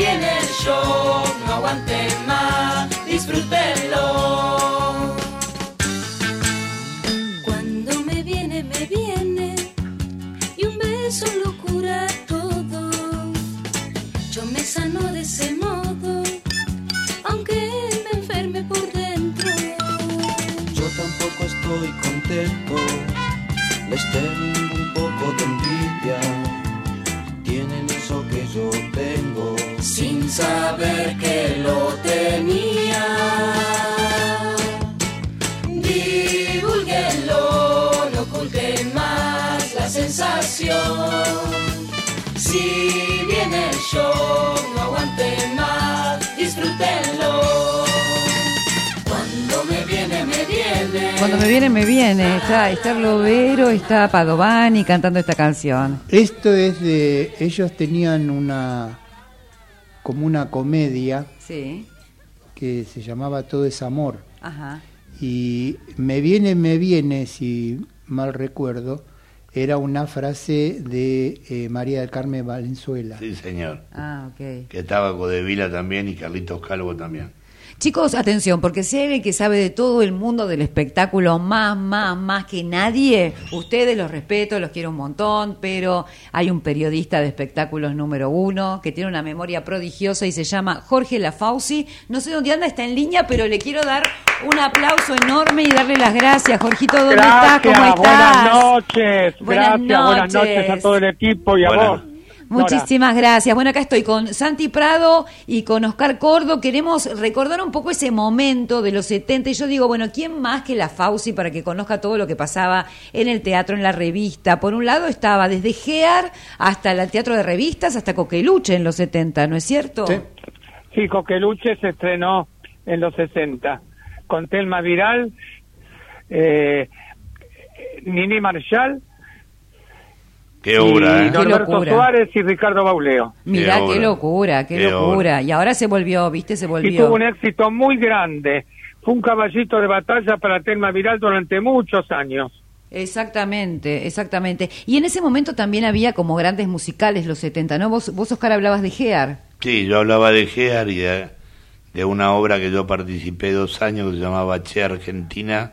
G: viene el show, no aguanten más, disfrútenlo.
F: Cuando me viene, me viene. Y un beso lo cura todo. Yo me sano de ese modo. Aunque me enferme por dentro.
G: Yo tampoco estoy contento, les tengo un poco de envidia. Tienen eso que yo tengo, sin saber que lo tenía. Divulguenlo, no oculten más la sensación. Si viene el show, no aguanten más, disfrútenlo. Cuando me viene, me viene.
B: Cuando me viene, me viene. Está Esther Lovero, está Padovani cantando esta canción.
C: Esto es de ellos tenían una como una comedia
B: Sí,
C: que se llamaba Todo es amor
B: ajá.
C: y me viene me viene si mal recuerdo era una frase de eh, María del Carmen Valenzuela.
D: Sí, señor.
B: Ah, ok.
D: Que estaba Codevila también y Carlitos Calvo también.
B: Chicos, atención, porque si hay alguien que sabe de todo el mundo del espectáculo más, más, más que nadie, ustedes los respeto, los quiero un montón, pero hay un periodista de espectáculos número uno que tiene una memoria prodigiosa y se llama Jorge Lafauci. No sé dónde anda, está en línea, pero le quiero dar un aplauso enorme y darle las gracias. Jorgito, ¿dónde estás? ¿Cómo estás?
H: Buenas noches,
B: Buenas
H: gracias, buenas noches
B: noches.
H: a todo el equipo y a
D: Buenas.
H: vos. Nora.
B: Muchísimas gracias. Bueno, acá estoy con Santi Prado y con Oscar Cordo. Queremos recordar un poco ese momento de los 70. Y yo digo, bueno, ¿quién más que la Fauci para que conozca todo lo que pasaba en el teatro, en la revista? Por un lado estaba desde Gear hasta el teatro de revistas, hasta Coqueluche en los 70, ¿no es cierto?
C: Sí.
H: Sí, Coqueluche se estrenó en los 60 con Telma Viral, eh, Nini Marshall,
D: Qué obra,
H: y
D: ¿eh?
B: no-
H: Norberto
B: locura.
H: Suárez y Ricardo Bauleo.
B: Mirá,
D: Qué
B: qué,
D: obra.
B: locura, qué,
D: Qué
B: locura. Y ahora se volvió, ¿viste? Se volvió.
H: Y tuvo un éxito muy grande. Fue un caballito de batalla para Telma Viral durante muchos años.
B: Exactamente, exactamente. Y en ese momento también había como grandes musicales los 70, ¿no? Vos, vos Oscar, hablabas de Gear.
D: Sí, yo hablaba de Gear y de, de una obra que yo participé dos años que se llamaba Che Argentina.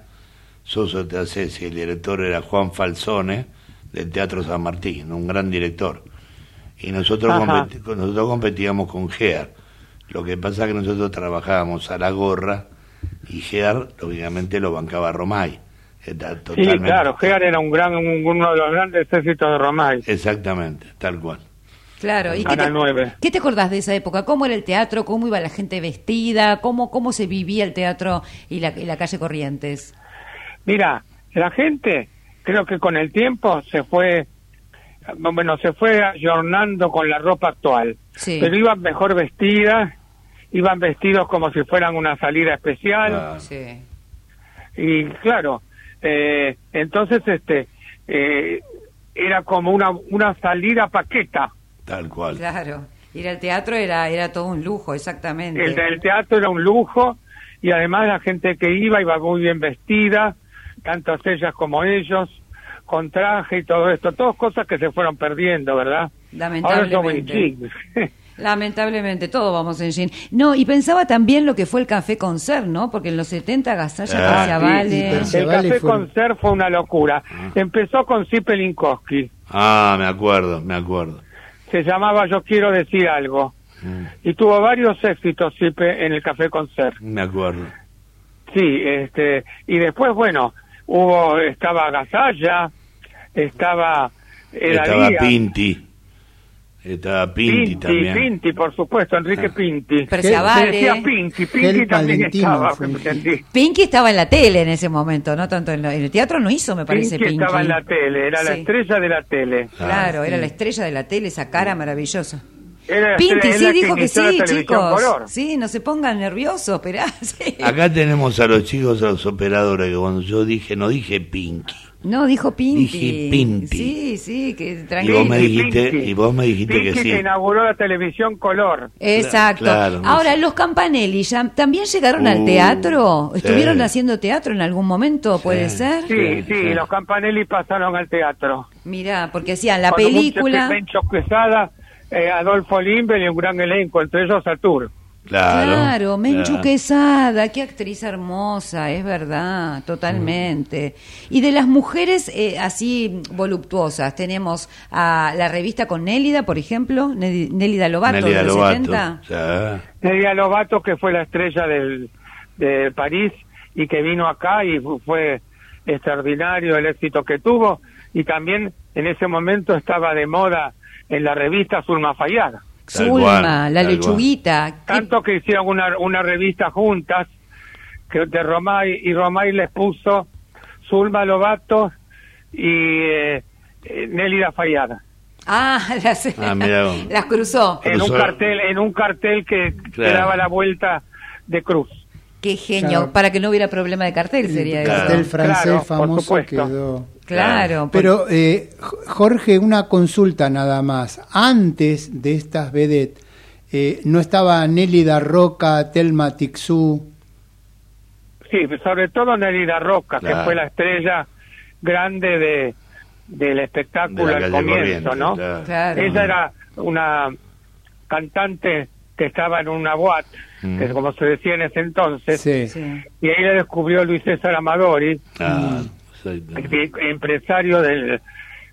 D: Soso te haces y el director era Juan Falsone del Teatro San Martín, un gran director. Y nosotros,
H: Ajá.
D: competi- con- nosotros competíamos con Gear. Lo que pasa es que nosotros trabajábamos a la gorra y Gear, lógicamente, lo bancaba Romay. Está
H: Sí,
D: totalmente-
H: claro, Gear era un gran, un- uno de los grandes éxitos de Romay.
D: Exactamente, tal cual.
B: Claro, ¿y qué
H: Canal
B: te,
H: nueve.
B: qué te acordás de esa época? ¿Cómo era el teatro? ¿Cómo iba la gente vestida? ¿Cómo, cómo se vivía el teatro y la, y la calle Corrientes?
H: Mira, la gente creo que con el tiempo se fue, bueno, se fue ayornando con la ropa actual.
B: Sí.
H: Pero iban mejor vestidas, iban vestidos como si fueran una salida especial.
D: Ah,
B: Sí.
H: y claro eh, entonces este eh, era como una una salida paqueta
D: tal cual.
B: Claro. Ir al teatro era, era todo un lujo, exactamente.
H: el, el teatro era un lujo y además la gente que iba iba muy bien vestida tantas ellas como ellos con traje y todo esto todas cosas que se fueron perdiendo verdad ahora somos en
C: [LAUGHS]
B: Lamentablemente.
H: jeans.
B: Lamentablemente, todos vamos en jean. No, y pensaba también lo que fue el café concert, ¿no? Porque en los 70 Gazalla,
D: Ah,
B: García
D: sí,
B: Vale.
C: sí, Se
H: el
C: vale,
H: café
C: fue- Ah.
H: concert fue una locura empezó con Zipelinkowski
D: Ah, me acuerdo, me acuerdo.
H: se llamaba Yo quiero decir algo
D: Mm,
H: y tuvo varios éxitos Zipe en el café concert
D: Me acuerdo.
H: Sí, este, y después, bueno, hubo, estaba Gazalla, estaba
D: estaba
H: Edaría,
D: Pinti. Estaba Pinti,
H: Pinti,
D: también.
H: Pinti, por supuesto, Enrique
D: Ah.
H: Pinti.
B: Perciabale.
H: Se decía Pinti, Pinti
C: Gel
H: también
C: Palentino
H: estaba,
C: fue.
H: ¿me entendí?
B: Pinky estaba en la tele en ese momento, no tanto en, lo- en el teatro, no hizo, me parece.
H: Pinti
B: Pinky
H: estaba en la tele, era la
B: Sí.
H: estrella de la tele.
B: Claro, era la estrella de la tele, esa cara maravillosa.
H: Era la
B: Pinky
H: estrella-
B: sí
H: era
B: dijo que
H: inició la
B: sí,
H: televisión
B: chicos.
H: color.
B: Sí, no se pongan nerviosos, esperá. [LAUGHS] sí.
D: Acá tenemos a los chicos, a los operadores, que cuando yo dije, no dije Pinky.
B: No, dijo Pinky.
D: Dije Pinky.
B: Sí, sí, que
D: Y vos me
B: tranquilo.
H: Pinti,
D: dijiste,
H: Pinti.
D: y vos me dijiste que
H: Pinti
D: sí.
H: que inauguró la televisión color.
B: Exacto.
D: Claro, no
B: Ahora,
D: sé.
B: los Campanelli ya, también llegaron al
D: Uh,
B: teatro.
D: sí.
B: ¿Estuvieron haciendo teatro en algún momento? ¿Puede
D: Sí.
B: ser?
H: Sí, sí,
D: Sí, sí.
H: los Campanelli pasaron al teatro.
B: Mirá, porque hacían la
H: Con un
B: película.
H: Pencho Quesada, eh, Adolfo Limber y un gran elenco, entre ellos Satur.
D: Claro.
B: Claro, Menchu
D: Claro.
B: Quesada, qué actriz hermosa, es verdad, totalmente. Y de las mujeres eh, así voluptuosas, tenemos a la revista con Nélida, por ejemplo, Nel- Nélida Lobato,
D: Nelly
B: de los
D: Lovato.
B: 70.
D: Ya.
H: Delia Lobato, que fue la estrella del, de París y que vino acá y fu- fue extraordinario el éxito que tuvo. Y también en ese momento estaba de moda en la revista Zulma Fayad.
D: Tal
B: Zulma,
D: cual,
B: la
D: tal
B: lechuguita. qué-
H: Tanto que hicieron una, una revista juntas que de Romay y Romay les puso Zulma Lobato y eh, eh, Nélida Fayad.
B: Ah, [LAUGHS] las,
D: Ah, mirá vos.
B: las cruzó.
H: en un
D: Cruzó.
H: cartel en un cartel que que
D: Claro.
H: daba la vuelta de cruz
B: Qué genio,
C: Claro.
B: para que no hubiera problema de cartel sería
C: El
B: eso.
C: cartel
H: Claro,
C: francés
H: claro, por
C: famoso
H: supuesto.
C: quedó.
B: Claro, por-
C: Pero eh, Jo- Jorge, una consulta nada más. Antes de estas vedettes, eh, ¿no estaba Nélida Roca, Telma Tixú?
H: sí sobre todo Nerida Roca que
D: Claro.
H: fue la estrella grande de del espectáculo
D: De la calle
H: al comienzo
D: Corrientes,
H: no
D: claro.
B: Claro.
H: ella era una cantante que estaba en una boate
D: Mm.
H: que como se decía en ese entonces
B: sí.
H: y ahí la descubrió Luis César Amadori
D: Ah, exactamente.
H: que- empresario del,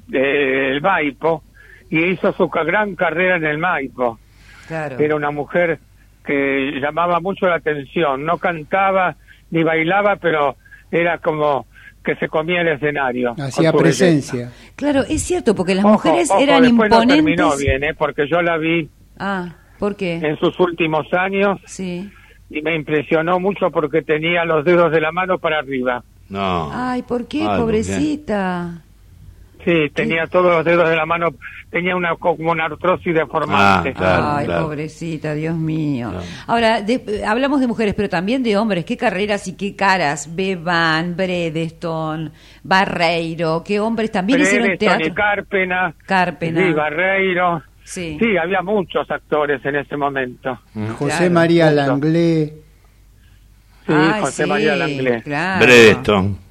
H: del Maipo y hizo su ca- gran carrera en el Maipo
B: claro.
H: era una mujer que llamaba mucho la atención, no cantaba ni bailaba, pero era como que se comía el escenario. con
C: Hacía
H: su belleza.
C: presencia.
B: Claro, es cierto, porque las
H: Ojo,
B: mujeres
H: ojo,
B: eran
H: después no
B: imponentes.
H: terminó bien, ¿eh? porque yo la vi
B: Ah, ¿por qué?
H: en sus últimos años
B: Sí.
H: y me impresionó mucho porque tenía los dedos de la mano para arriba.
D: No.
B: Ay, ¿por qué,
D: Ay, ¿por
B: pobrecita?
H: Sí, tenía todos los dedos de la mano, tenía una como una artrosis deformante.
D: Ah, Claro,
B: Ay,
D: claro.
B: pobrecita, Dios mío.
D: Claro.
B: Ahora, de- hablamos de mujeres, pero también de hombres. ¿Qué carreras y qué caras? Bevan, Bredeston, Barreiro, ¿qué hombres también hicieron
H: Pérez, Tony
B: teatro?
H: Carpena,
B: Cárpena.
H: Sí, Barreiro.
B: Sí.
H: sí, había muchos actores en ese momento.
C: José
B: Claro,
C: María
H: mucho.
C: Langlais.
H: Sí,
B: Ay,
H: José
B: sí,
H: María Langlais.
B: claro.
D: Bredeston.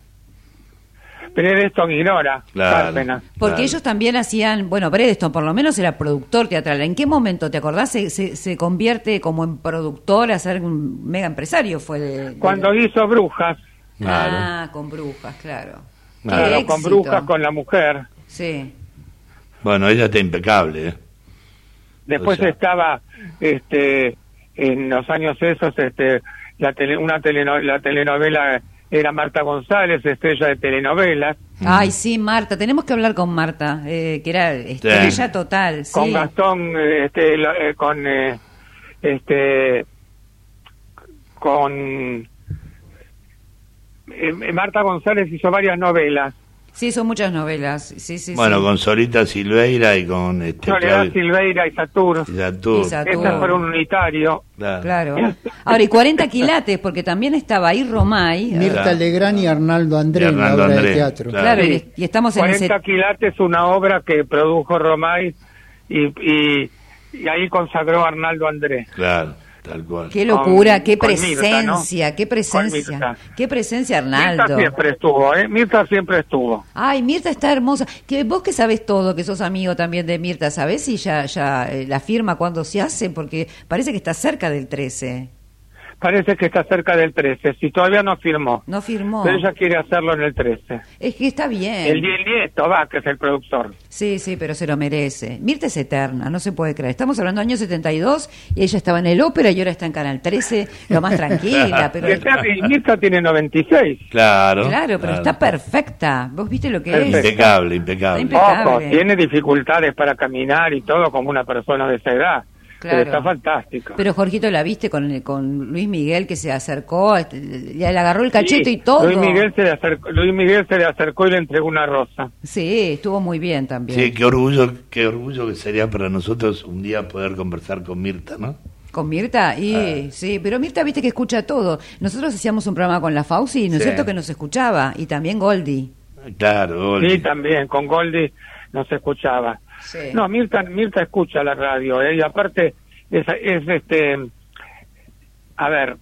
H: Pero esto ignora
D: Claro.
H: Cárdenas.
B: Porque
D: Claro.
B: ellos también hacían, bueno, Bredeston por lo menos era productor teatral. ¿En qué momento, te acordás, se, se, se convierte como en productor a ser un mega empresario? Fue de- de-
H: Cuando hizo Brujas,
D: Claro.
B: Ah, con brujas, claro. Qué
D: Claro,
H: claro, con
B: éxito.
H: Brujas, con la mujer.
B: Sí,
D: Bueno, ella está impecable, ¿eh?
H: Después
D: O sea.
H: estaba este en los años esos este la tele- una teleno- la telenovela era Marta González, estrella de telenovelas,
B: Ay, sí, Marta, tenemos que hablar con Marta, eh, que era estrella total. Sí.
H: con Gastón, eh, este, lo- eh, con eh, este, con eh, Marta González hizo varias novelas.
B: Sí, son muchas novelas. Sí, sí,
D: bueno,
B: sí.
D: con Solita Silveira y con este
H: Soledad
D: Claudio-
H: Silveira y Satur.
D: y Satur.
B: Y Satur.
H: Esas fueron unitario.
D: Claro.
B: Claro. Ahora, y 40 quilates, porque también estaba ahí Romay. eh,
C: Mirta
D: Claro.
C: Legrand y Arnaldo André
D: Y
C: en la
D: Arnaldo
C: obra de
D: André,
C: teatro.
D: claro.
B: Claro, y, y estamos en
H: 40
B: ese...
H: quilates, una obra que produjo Romay y, y, y ahí consagró a Arnaldo Andrés.
D: Claro, tal cual.
B: Qué locura,
H: con-
B: qué
H: con Mirta,
B: presencia,
H: ¿no?
B: qué
H: Con
B: presencia.
H: Mirta.
B: Qué presencia,
H: Mirta
B: Arnaldo.
H: siempre estuvo, ¿eh? Mirta siempre estuvo.
B: Ay, Mirta está hermosa. Que vos que sabés todo, que sos amigo también de Mirta, ¿sabés si ya, ya eh, la firma cuándo se hace? Porque parece que está cerca del 13.
H: Parece que está cerca del 13, si todavía no firmó.
B: No firmó.
H: Pero ella quiere hacerlo en el 13.
B: Es que está bien.
H: El, die- el nieto va, que es el productor.
B: Sí, sí, pero se lo merece. Mirta es eterna, no se puede creer. Estamos hablando del año 72 y ella estaba en el ópera y ahora está en Canal 13, lo más
H: [LAUGHS]
B: tranquila, pero...
H: Y está- y Mirta tiene 96.
D: Claro.
B: Claro, pero está
D: claro.
B: perfecta. ¿Vos viste lo que es?
H: Perfecta.
D: Impecable, impecable.
B: Está Impecable.
H: Ojo, tiene dificultades para caminar y todo como una persona de esa edad.
B: Claro.
H: Pero está fantástica.
B: Pero Jorgito la viste con, con Luis Miguel que se acercó, este, le le agarró el cachete
H: Sí,
B: y todo.
H: Luis Miguel, se le acercó, Luis Miguel se le acercó y le entregó una rosa.
B: Sí, estuvo muy bien también.
D: Sí, qué orgullo, qué orgullo que sería para nosotros un día poder conversar con Mirta, ¿no?
B: Con Mirta, y
D: Ah.
B: sí, pero Mirta viste que escucha todo. Nosotros hacíamos un programa con la Fauci, ¿no es
D: Sí.
B: cierto que nos escuchaba? Y también Goldi.
D: Claro, Oli.
H: Sí, también, con Goldie no se escuchaba.
B: Sí.
H: No, Mirta, Mirta escucha la radio, ¿eh? y aparte es, es este, a ver,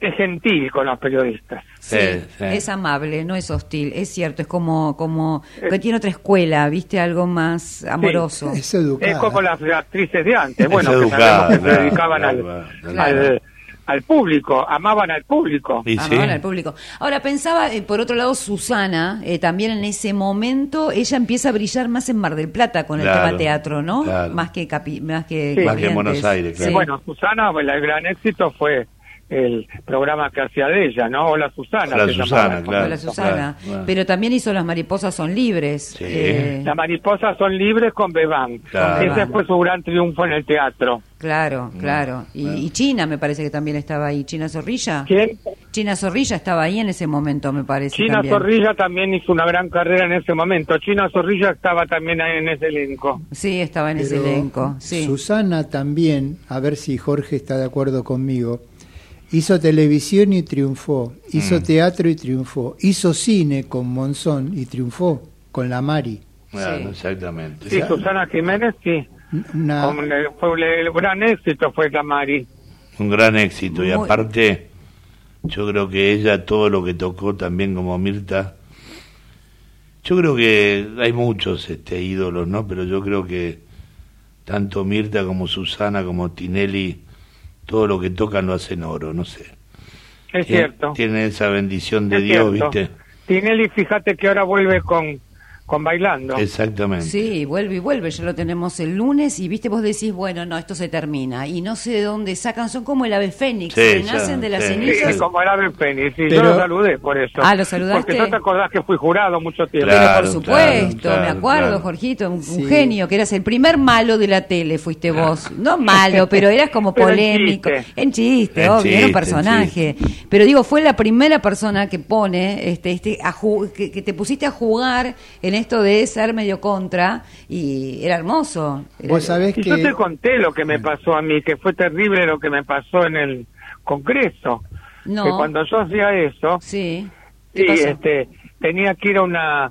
H: es gentil con los periodistas.
B: Sí,
D: Sí, sí.
B: es amable, no es hostil, es cierto, es como, como
H: Eh.
B: que tiene otra escuela, viste, algo más amoroso.
C: Es educada.
H: Es como las actrices de antes,
D: Es
H: bueno, que
D: educada,
H: sabemos que se
D: claro,
H: dedicaban al,
D: claro, claro.
H: al, al público, amaban al público.
D: Y sí.
B: Amaban Ah, al público. Ahora pensaba, eh, por otro lado, Susana, eh, también en ese momento, ella empieza a brillar más en Mar del Plata con
D: Claro,
B: el tema teatro, ¿no?
D: claro.
B: Más que capi- más que,
H: Sí. Más
D: que
B: Corrientes.
D: en Buenos Aires, claro.
B: Sí.
H: Bueno, Susana, bueno, el gran éxito fue el programa que hacía de ella, ¿no? Hola Susana.
D: Hola,
H: se
D: Susana,
H: llamaba.
D: claro.
B: Hola, Susana.
D: claro, claro.
B: Pero también hizo Las mariposas son libres. eh,
D: Sí.
H: Las mariposas son libres con Bebán.
D: Claro.
H: Ese fue su gran triunfo en el teatro.
D: Mm,
B: claro, claro. Y, y China me parece que también estaba ahí. China Zorrilla.
H: ¿Quién?
B: China Zorrilla estaba ahí en ese momento, me parece.
H: China
B: también.
H: Zorrilla también hizo una gran carrera en ese momento. China Zorrilla estaba también ahí en ese elenco.
B: Sí, estaba en ese
C: Pero
B: elenco. Sí.
C: Susana también, a ver si Jorge está de acuerdo conmigo, hizo televisión y triunfó, hizo teatro y triunfó, hizo cine con Monzón y triunfó con la Mari.
D: Claro,
B: Sí.
D: exactamente.
H: Sí, Susana Jiménez, sí.
C: Una-
H: Con- eh, fue un- el gran éxito fue Camari.
D: Un gran éxito. Y
B: Muy-
D: aparte, yo creo que ella, todo lo que tocó también como Mirta, yo creo que hay muchos este, ídolos, ¿no? Pero yo creo que tanto Mirta como Susana, como Tinelli, todo lo que tocan lo hacen oro, no sé. Tien-
H: Es cierto.
D: Tienen esa bendición de
H: es
D: Dios,
H: cierto.
D: ¿viste?
H: Tinelli, fíjate que ahora vuelve con, con Bailando.
D: Exactamente.
B: Sí, vuelve y vuelve, ya lo tenemos el lunes y viste, vos decís, bueno, no, esto se termina y no sé de dónde sacan, son como el ave fénix,
D: Sí,
B: que
D: ya,
B: nacen de las
D: sí.
H: Sí,
B: cenizas.
H: como el ave Fénix. Y yo
C: Pero-
H: lo saludé por eso.
B: Ah, ¿lo saludaste?
H: Porque no te acordás que fui jurado mucho tiempo.
B: Pero
D: Claro,
B: por supuesto,
D: claro,
B: me acuerdo,
D: claro.
B: Jorgito, un, un
C: Sí.
B: genio, que eras el primer malo de la tele,
D: Ah.
B: fuiste vos. No
D: [LAUGHS]
B: malo, pero eras como
H: Pero en
B: polémico.
H: chiste.
B: En chiste,
D: En
B: obvio, era un
D: chiste,
B: personaje. Pero digo, fue la primera persona que pone, este, este, a ju- que, que te pusiste a jugar en esto de ser medio contra y era hermoso. Era-
C: Vos sabés
H: Y yo
C: que
H: te conté lo que me pasó a mí, que fue terrible lo que me pasó en el Congreso.
B: No.
H: Que cuando yo hacía eso,
B: Sí. ¿Qué
H: sí,
B: pasó?
H: este, tenía que ir a una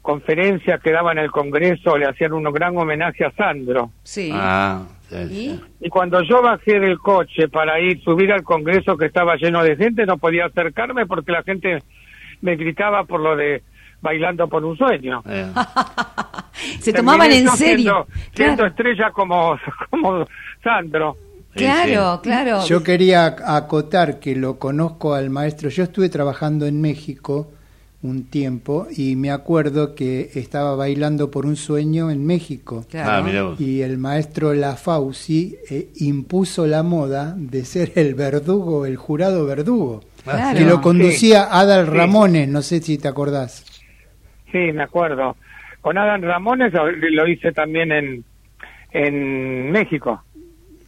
H: conferencia que daba en el Congreso, le hacían un gran homenaje a Sandro.
B: Sí.
D: Ah, sí,
B: ¿Y?
D: sí.
H: Y cuando yo bajé del coche para ir, subir al Congreso que estaba lleno de gente, no podía acercarme porque la gente me gritaba por lo de bailando por un sueño.
B: [LAUGHS]
D: Eh,
B: Se tomaban en
H: Terminé yo
B: serio.
H: Siendo, siendo
B: Claro,
H: estrella como, [LAUGHS] como Sandro.
B: claro,
D: sí.
B: claro.
C: yo quería ac- acotar que lo conozco al maestro. Yo estuve trabajando en México un tiempo y me acuerdo que estaba bailando por un sueño en México.
B: Claro.
D: Ah, mirá vos.
C: Y el maestro La Fauci eh, impuso la moda de ser el verdugo, el jurado verdugo.
B: Claro.
C: que lo conducía Adal
H: Sí.
C: Ramones, no sé si te acordás.
H: Sí, me acuerdo. Con Adam Ramones lo- lo hice también en, en México.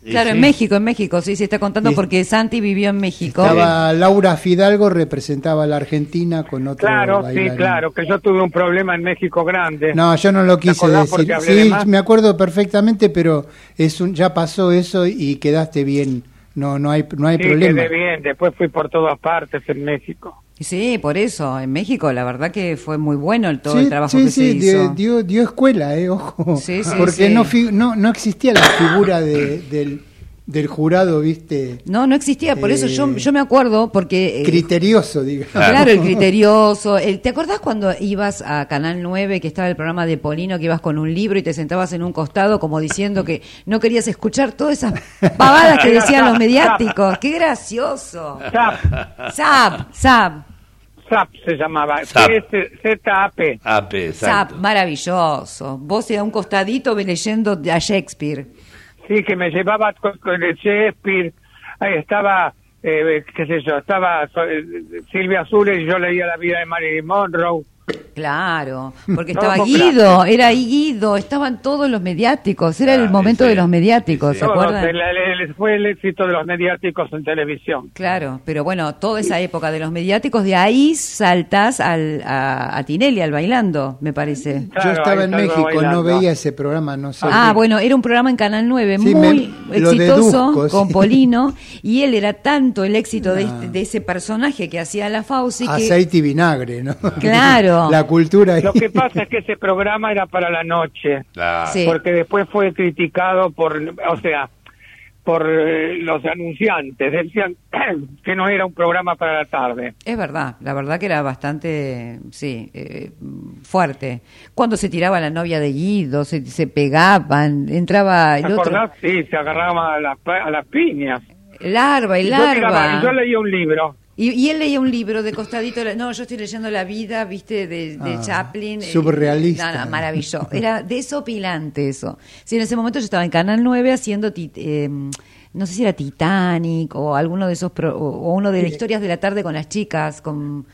D: Y
B: Claro,
D: sí,
B: en
D: [LAUGHS]
B: México, en México, sí, se está contando
C: Sí.
B: porque Santi vivió en México.
C: Estaba Laura Fidalgo, representaba a la Argentina con otro
H: Claro, sí,
C: bailarín.
H: claro, que yo tuve un problema en México grande.
C: No, yo no lo
H: ¿Te
C: quise
H: acordás porque
C: decir.
H: hablé de
C: Sí,
H: más?
C: me acuerdo perfectamente, pero es un, ya pasó eso y quedaste bien. No, no hay, no hay
H: sí,
C: problema.
H: quedé bien, después fui por todas partes en México.
B: Sí, por eso, en México la verdad que fue muy bueno el, todo
C: Sí,
B: el trabajo
C: sí,
B: que se
C: sí,
B: hizo.
C: dio, dio, dio escuela, eh, ojo.
B: Sí, sí,
C: porque
B: sí.
C: No, fi- no, no existía la figura de- del, del jurado, viste,
B: No, no existía, por eso yo,
C: Eh,
B: yo me acuerdo porque... eh,
C: criterioso, digamos.
B: Claro.
C: [LAUGHS]
B: el criterioso. el- ¿Te acordás cuando ibas a Canal 9, que estaba el programa de Polino, que ibas con un libro y te sentabas en un costado como diciendo que no querías escuchar todas esas pavadas que decían los mediáticos? ¡Qué gracioso!
H: Zap,
B: Zap, zap,
H: Zap se llamaba, eh,
D: Zap.
H: Z-A-P.
D: AP,
B: zap,
D: exacto.
B: maravilloso. Vos a un costadito leyendo a Shakespeare.
H: Sí, que me llevaba con, con el Shakespeare. Ahí estaba, eh, qué sé yo, estaba eh, Silvia Azul y yo leía La vida de Marilyn Monroe.
B: Claro, porque
H: No,
B: estaba
H: vos,
B: Guido, era ahí Guido, estaban todos los mediáticos, era el
D: Ah,
B: momento
D: sí.
B: de los mediáticos,
D: Sí.
B: ¿se
H: Todos,
B: acuerdan?
H: el- el- el- fue el éxito de los mediáticos en televisión.
B: Claro, pero bueno, toda esa época de los mediáticos, de ahí saltás al, a, a Tinelli, al bailando, me parece.
H: Claro,
C: Yo estaba
H: ahí
C: en
H: estaba
C: México, no
H: bailando.
C: veía ese programa, no sé.
B: Ah, bueno, era un programa en Canal 9 muy
C: Sí, me- lo
B: exitoso
C: deduzco, sí.
B: con Polino y él era tanto el éxito de, este- de ese personaje que hacía la Fauci
C: Ah,
B: que...
C: Aceite y vinagre, ¿no? [LAUGHS]
B: Claro.
C: la cultura. ahí.
H: Lo que pasa es que ese programa era para la noche,
D: Claro.
B: Sí.
H: porque después fue criticado por, o sea, por eh, los anunciantes. Decían [CLEARS THROAT] que no era un programa para la tarde.
B: Es verdad, la verdad que era bastante, sí, eh, fuerte. Cuando se tiraba la novia de Guido, se, se pegaban, entraba
H: ¿Te
B: el otro...
H: acordás? Sí, se agarraban a, la, pa- a las piñas.
B: Larva y
H: Y yo, tiraba-
B: larva.
H: y yo leía un libro.
B: Y, y él leía un libro de costadito. le- No, yo estoy leyendo La vida, viste, de, de
C: Ah,
B: Chaplin. eh,
C: surrealista.
B: no, no, maravilloso. Era desopilante eso. Sí, en ese momento yo estaba en Canal 9 haciendo. tit- eh, no sé si era Titanic o alguno de esos. pro- o, o uno de las historias de la tarde con las chicas, con.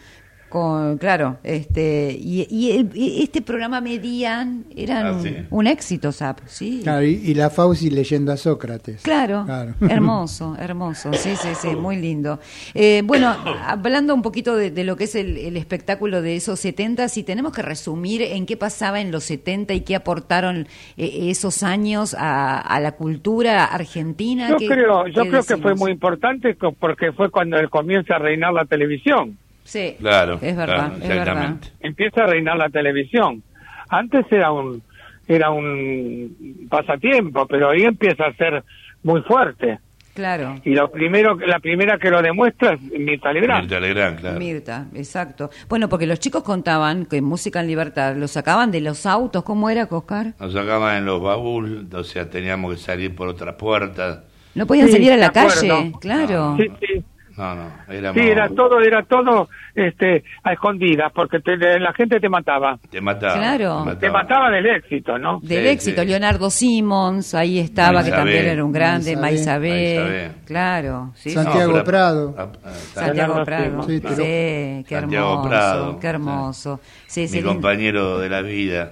B: con- claro, este y, y el- y este programa Median era
D: Ah,
B: un,
D: sí.
B: un éxito, Zap, sí.
C: Claro, y, y la Fauci leyendo a Sócrates.
B: Claro,
C: [LAUGHS]
B: hermoso, hermoso, sí, sí, sí, muy lindo. Eh, bueno, hablando un poquito de, de lo que es el, el espectáculo de esos 70, si tenemos que resumir en qué pasaba en los 70 y qué aportaron eh, esos años a, a la cultura argentina.
H: Yo
B: Ah, ¿qué-
H: creo, yo
B: qué
H: creo que
B: decimos?
H: fue muy importante co- porque fue cuando él comienza a reinar la televisión.
B: Sí,
D: Claro,
B: es verdad,
D: claro,
B: es verdad.
D: exactamente.
H: Empieza a reinar la televisión. Antes era un era un pasatiempo, pero ahí empieza a ser muy fuerte.
B: Claro.
H: Y lo primero, la primera que lo demuestra es Mirta Legrand.
D: Mirta Legrand, claro.
B: Mirta, exacto. Bueno, porque los chicos contaban que Música en Libertad lo sacaban de los autos, ¿cómo era, Coscar?
D: Nos sacaban en los baúl, o sea, teníamos que salir por otras puertas.
B: No podían
H: Sí,
B: salir a
H: de
B: la
H: acuerdo.
B: calle, claro.
H: Sí, sí.
D: No, no, éramos...
H: Sí, era todo, era todo este, a escondidas, porque te- la gente te mataba.
D: Te mataba.
B: Claro.
H: Te mataba del éxito, ¿no?
B: Del
D: Sí,
B: éxito,
D: sí.
B: Leonardo Simmons, ahí estaba, que
D: Maisabé.
B: también era un grande,
C: Maisabé.
B: Maisabé,
D: Maisabé.
B: claro, sí, sí.
D: No,
C: Santiago
D: pero-
C: Prado.
D: Ah, ah, Santiago.
B: Santiago
H: Leonardo
B: Prado,
H: Simmons.
B: sí,
C: Sí, pero-
B: qué
D: Santiago
B: hermoso,
D: Prado.
B: qué hermoso. Sí, sí,
D: mi
B: lindo.
D: compañero de
B: [LAUGHS]
D: la vida.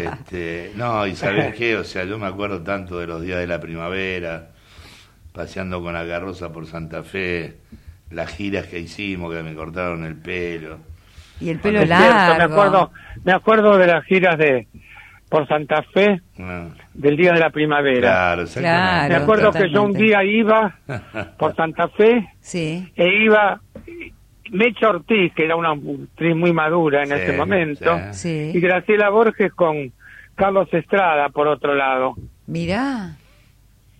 D: Este, no, y sabes qué, o sea, yo me acuerdo tanto de los días de la primavera, paseando con la carroza por Santa Fe, las giras que hicimos, que me cortaron el pelo.
B: y el pelo
H: Es cierto,
B: largo.
H: me acuerdo, me acuerdo de las giras de por Santa Fe
D: No,
H: del día de la primavera.
D: claro, exactamente.
H: me
B: Claro,
H: acuerdo que yo un
B: totalmente.
H: día iba
B: [LAUGHS]
H: por Santa Fe
B: Sí,
H: e iba Mecha Ortiz, que era una actriz muy madura en
D: Sí,
H: ese momento,
D: sí.
H: y
B: sí.
H: Graciela Borges con Carlos Estrada por otro lado.
B: Mirá.
D: [LAUGHS]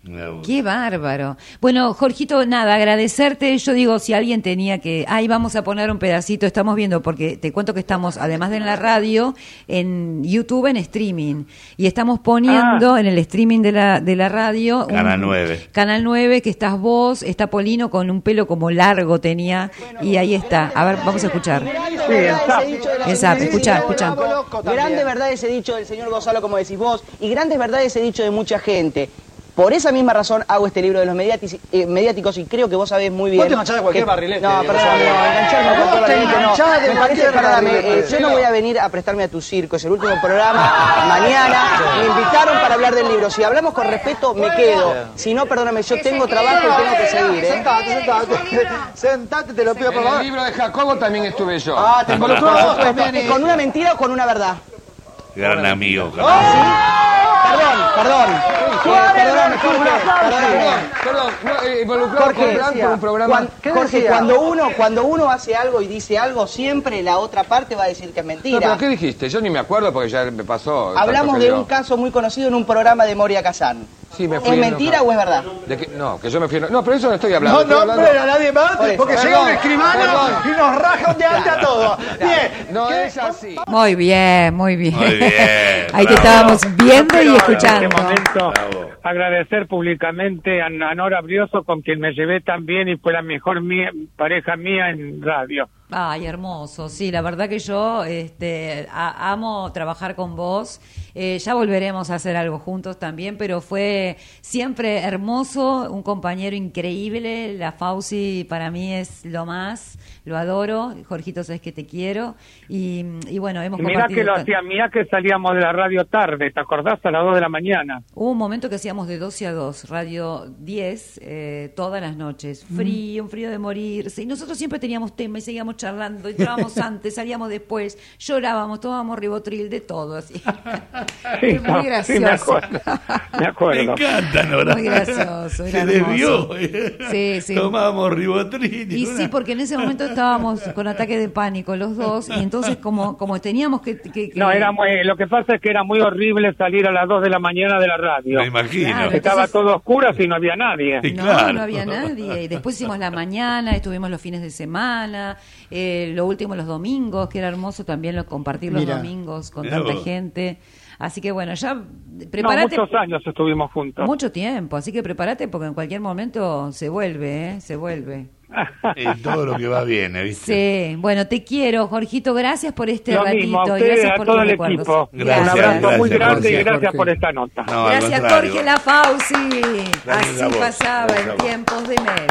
D: Me gusta.
B: Qué bárbaro. Bueno, Jorgito, nada, agradecerte. Yo digo, si alguien tenía que. Ay, vamos a poner un pedacito, estamos viendo, porque te cuento que estamos, además de en la radio, en YouTube, en streaming. Y estamos poniendo en el streaming de la, de la radio.
D: Ah. Canal 9.
B: Canal 9, que estás vos, está Polino con un pelo como largo tenía. Y ahí está. A ver, vamos a escuchar.
I: Grande
H: Sí,
I: verdad
H: el zap.
I: ese dicho de la
B: El zap,
I: señora
B: escuchá,
I: Silvia
B: escuchá.
I: Bravo, Grande verdad ese dicho del señor Gonzalo, como decís vos, y grande verdad ese dicho de mucha gente. Por esa misma razón hago este libro de los mediátis- eh, mediáticos y creo que vos sabés muy bien.
J: Vos te enganchás de cualquier
I: que-
J: barrilete, eh,
I: No,
J: Diego.
I: perdón, no, engancharme
J: Vos
I: con
J: te
I: cualquier barrilete, no.
J: enganchás de
I: Me parece,
J: cualquier
I: perdóname,
J: barrilete,
I: eh, yo no
J: Diego.
I: voy a venir a prestarme a tu circo, es el último programa. Mañana me invitaron para hablar del libro. Si hablamos con respeto, me quedo. Si no, perdóname, yo tengo trabajo y tengo que seguir, ¿eh?
J: Sentate, sentate. Sentate, te lo pido por favor.
K: El libro de Jacobo también estuve yo.
J: Ah, te involucró a vos
I: Por supuesto,
J: también. y-
I: ¿Con una mentira o con una verdad?
D: Gran
B: Oh,
D: amigo,
I: Perdón, perdón. Eh, Perdóname, Jorge, perdóname.
K: Perdón, perdón, no, eh, involucrado con Blanco en un programa.
I: Cuan- Jorge, cuando uno, cuando uno hace algo y dice algo, siempre la otra parte va a decir que es
K: No,
I: mentira.
K: pero ¿qué dijiste? Yo ni me acuerdo porque ya me pasó. tanto
I: Hablamos
K: que
I: de
K: yo-
I: un caso muy conocido en un programa de Moria Kazán.
K: Sí, me fui
I: ¿Es
K: en otra-
I: mentira o es verdad?
K: de que- No, que yo me fui. en- No, pero eso no estoy hablando.
J: No
K: estoy hablando-
J: nombren a nadie más,
I: Por eso.
J: porque llega
K: Perdón,
J: un
C: [LAUGHS]
J: escribano y
K: perdón.
J: nos raja un diante a todos. Bien.
K: No
J: ¿qué-
K: es así.
B: Muy bien, muy bien.
D: Muy bien,
B: Ahí te
D: bravo.
B: estábamos viendo y
H: Quiero En
B: escuchando.
H: este momento
D: Bravo.
H: agradecer públicamente a a Nora Brioso con quien me llevé tan bien y fue la mejor mía- pareja mía en radio.
B: Ay, hermoso. Sí, la verdad que yo este, a- amo trabajar con vos. Eh, ya volveremos a hacer algo juntos también, pero fue siempre hermoso, un compañero increíble. La Fauci para mí es lo más, lo adoro. Jorgito, sabes que te quiero. Y, y bueno, hemos
H: Mirá que lo
B: compartido-
H: hacía, mirá que salíamos de la radio tarde, ¿te acordás? A las 2 de la mañana.
B: Hubo un momento que hacíamos de 12 a 2, radio 10, eh, todas las noches. Frío, un frío de morirse. Y nosotros siempre teníamos tema y seguíamos charlando.
H: [LAUGHS]
B: Entrábamos antes, salíamos después, llorábamos, tomábamos ribotril, de todo. [LAUGHS] Así. Muy
H: Sí, no, sí, me
B: gracioso.
H: acuerdo. Me
A: Me
H: acuerdo.
A: encanta, Nora.
B: Muy gracioso, era
A: Se desvió.
B: hermoso.
D: eh.
B: Sí, sí.
A: Tomábamos ribotril.
B: [LAUGHS] Y sí, porque en ese momento estábamos con ataque de pánico los dos. Y entonces, como, como teníamos que. que- que-
H: No, era muy, lo que pasa es que era muy horrible salir a las 2 de la mañana de la radio.
A: Me imagino.
B: Claro.
H: Estaba
B: Ah, Entonces-
H: todo oscuro y no había nadie.
A: Sí,
B: no,
A: claro.
B: no había nadie. Y después hicimos la mañana, estuvimos los fines de semana, eh, lo último los domingos, que era hermoso también lo, compartir los
C: Mira.
B: domingos con
A: Mirá
B: tanta
A: vos.
B: gente. Así que bueno, ya
H: No,
B: prepárate.
H: muchos años estuvimos juntos. [LAUGHS]
B: mucho tiempo, así que prepárate porque en cualquier momento se vuelve, ¿eh? Se vuelve.
D: Y todo lo que va viene, ¿viste?
B: Sí, bueno, te quiero, Jorgito, gracias por este
H: Lo
B: ratito
H: mismo, a
B: y
H: ustedes,
B: gracias
H: a
B: por
H: todo
B: tus
H: el
B: recuerdos.
H: equipo. Un
D: Gracias,
H: abrazo muy
D: gracias,
H: grande y
D: Jorge.
H: gracias por
C: Jorge.
H: esta nota.
D: No, al
B: Gracias
D: contrario.
B: Jorge La Fauci.
D: Gracias a
B: Así
D: vos.
B: pasaba
D: Gracias a
B: en
D: vos.
B: tiempos de Mel.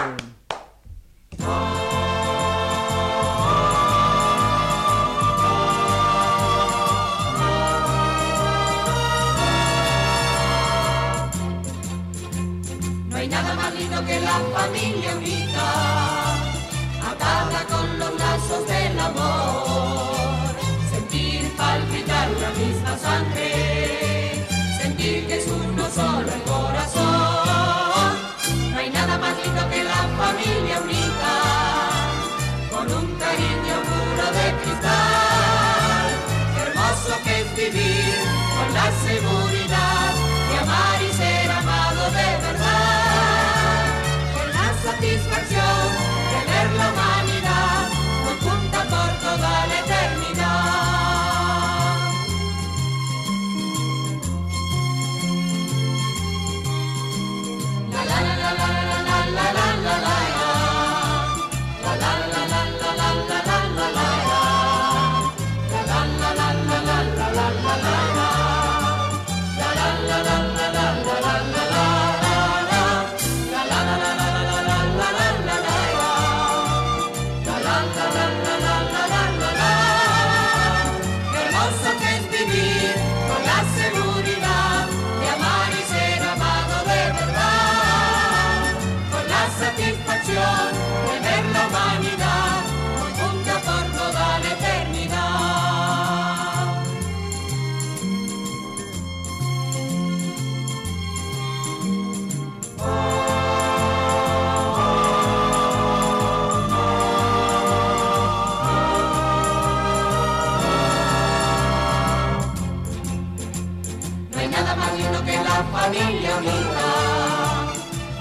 E: No hay nada más lindo que la familia unida, atada con los lazos del amor. Sentir palpitar una misma sangre, sentir que es uno solo el corazón. No hay nada más lindo que la familia unida, con un cariño puro de cristal. Qué hermoso que es vivir con la seguridad de amar y ser amado de verdad. Con la satisfacción de ver la humanidad muy junta por toda la eternidad. Qué hermoso que es vivir con la seguridad de amar y ser amado de verdad, con la satisfacción de ver la humanidad muy junta por toda la eternidad. No hay nada más lindo que la familia unida,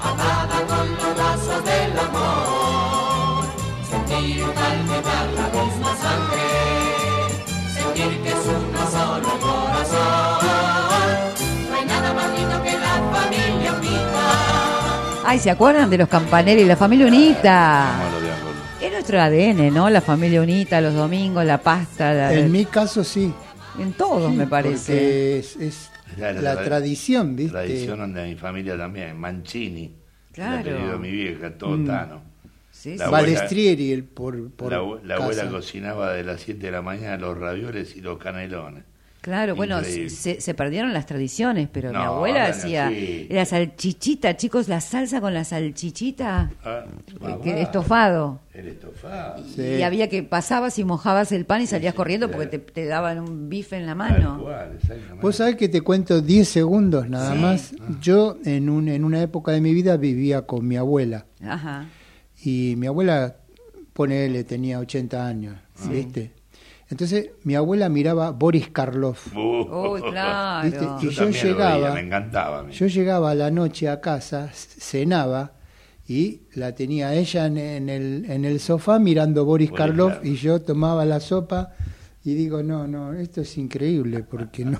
E: atada con los lazos del amor. Sentir palpitar la misma sangre, sentir que es uno solo el corazón. No hay nada más lindo que la familia unida.
B: Ay, ¿se acuerdan de los campanelli y la familia Unita?
D: Bueno, bien, Jorge.
B: Es nuestro ADN, ¿no? La familia Unita, los domingos, la pasta, la-
C: En mi caso sí.
B: en todos
C: Sí,
B: me
C: porque
B: parece.
C: Es, es
D: Era
C: La
D: tra-
C: tradición, ¿viste?
D: Tradición de mi familia también, Mancini.
C: Claro.
D: El apellido de mi vieja, todo
C: Mm.
D: Tano.
C: Sí,
D: La
C: sí.
D: abuela-
C: Balestrieri, el por- por
D: la, abue- la abuela
C: casa.
D: cocinaba de las 7 de la mañana los ravioles y los canelones.
B: Claro, bueno,
D: Increíble.
B: se, se perdieron las tradiciones, pero mi
D: No,
B: abuela
D: bueno,
B: hacía
D: sí.
B: la salchichita, chicos, la salsa con la salchichita,
D: Ah,
B: eh,
D: mamá,
B: que estofado.
D: El estofado.
B: Y había que pasabas y mojabas el pan y salías corriendo porque te, te daban un bife en la mano.
C: Vos sabés que te cuento 10 segundos nada
B: Sí.
C: más.
D: Ah.
C: Yo en, un, en una época de mi vida vivía con mi abuela.
B: Ajá.
C: Y mi abuela, ponele, tenía 80 años,
D: Ah.
B: Sí.
C: ¿viste? Entonces mi abuela miraba Boris Karloff.
D: [LAUGHS]
B: Uy, claro.
C: ¿Viste? Y yo
D: también lo
C: llegaba-
D: veía, me encantaba. a mí.
C: Yo llegaba a la noche a casa, c- cenaba y la tenía a ella en, en el, en el sofá mirando Boris
D: Boris
C: Karloff
D: Karloff.
C: y yo tomaba la sopa y digo, no, no, esto es increíble porque no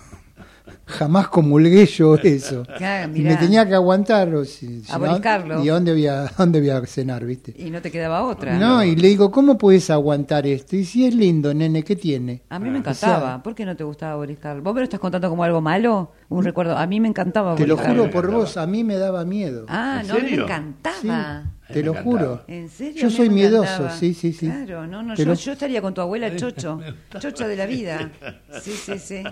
C: jamás comulgué yo
B: [LAUGHS]
C: eso.
B: Claro,
C: Y me
B: Ah, mirá.
C: tenía que aguantar. o si- si
B: A Boris
C: no,
B: Karloff.
C: ¿Y a dónde voy a, [LAUGHS] a dónde voy a cenar, viste?
B: Y no te quedaba otra.
C: No, y le digo, ¿cómo puedes aguantar esto? Y si es lindo, nene, ¿qué tiene?
B: A mí me
C: Ah, O sea,
B: encantaba. ¿Por qué no te gustaba Boris Karloff? ¿Vos me lo estás contando como algo malo? Un recuerdo. A mí me encantaba
C: Mm. te
B: Boris
C: lo juro
B: Karloff.
C: por vos, a mí me daba miedo.
B: Ah,
C: ¿En
B: no, a mí me
C: serio?
B: encantaba.
C: Te lo juro.
B: ¿En serio?
C: Yo
B: A mí
C: soy
B: me
C: miedoso,
B: encantaba.
C: sí, sí, sí.
B: Claro, no, no,
C: Te
B: yo,
C: lo-
B: yo estaría con tu abuela Chocho, Chocha de la vida.
C: [LAUGHS]
B: Sí, sí, sí.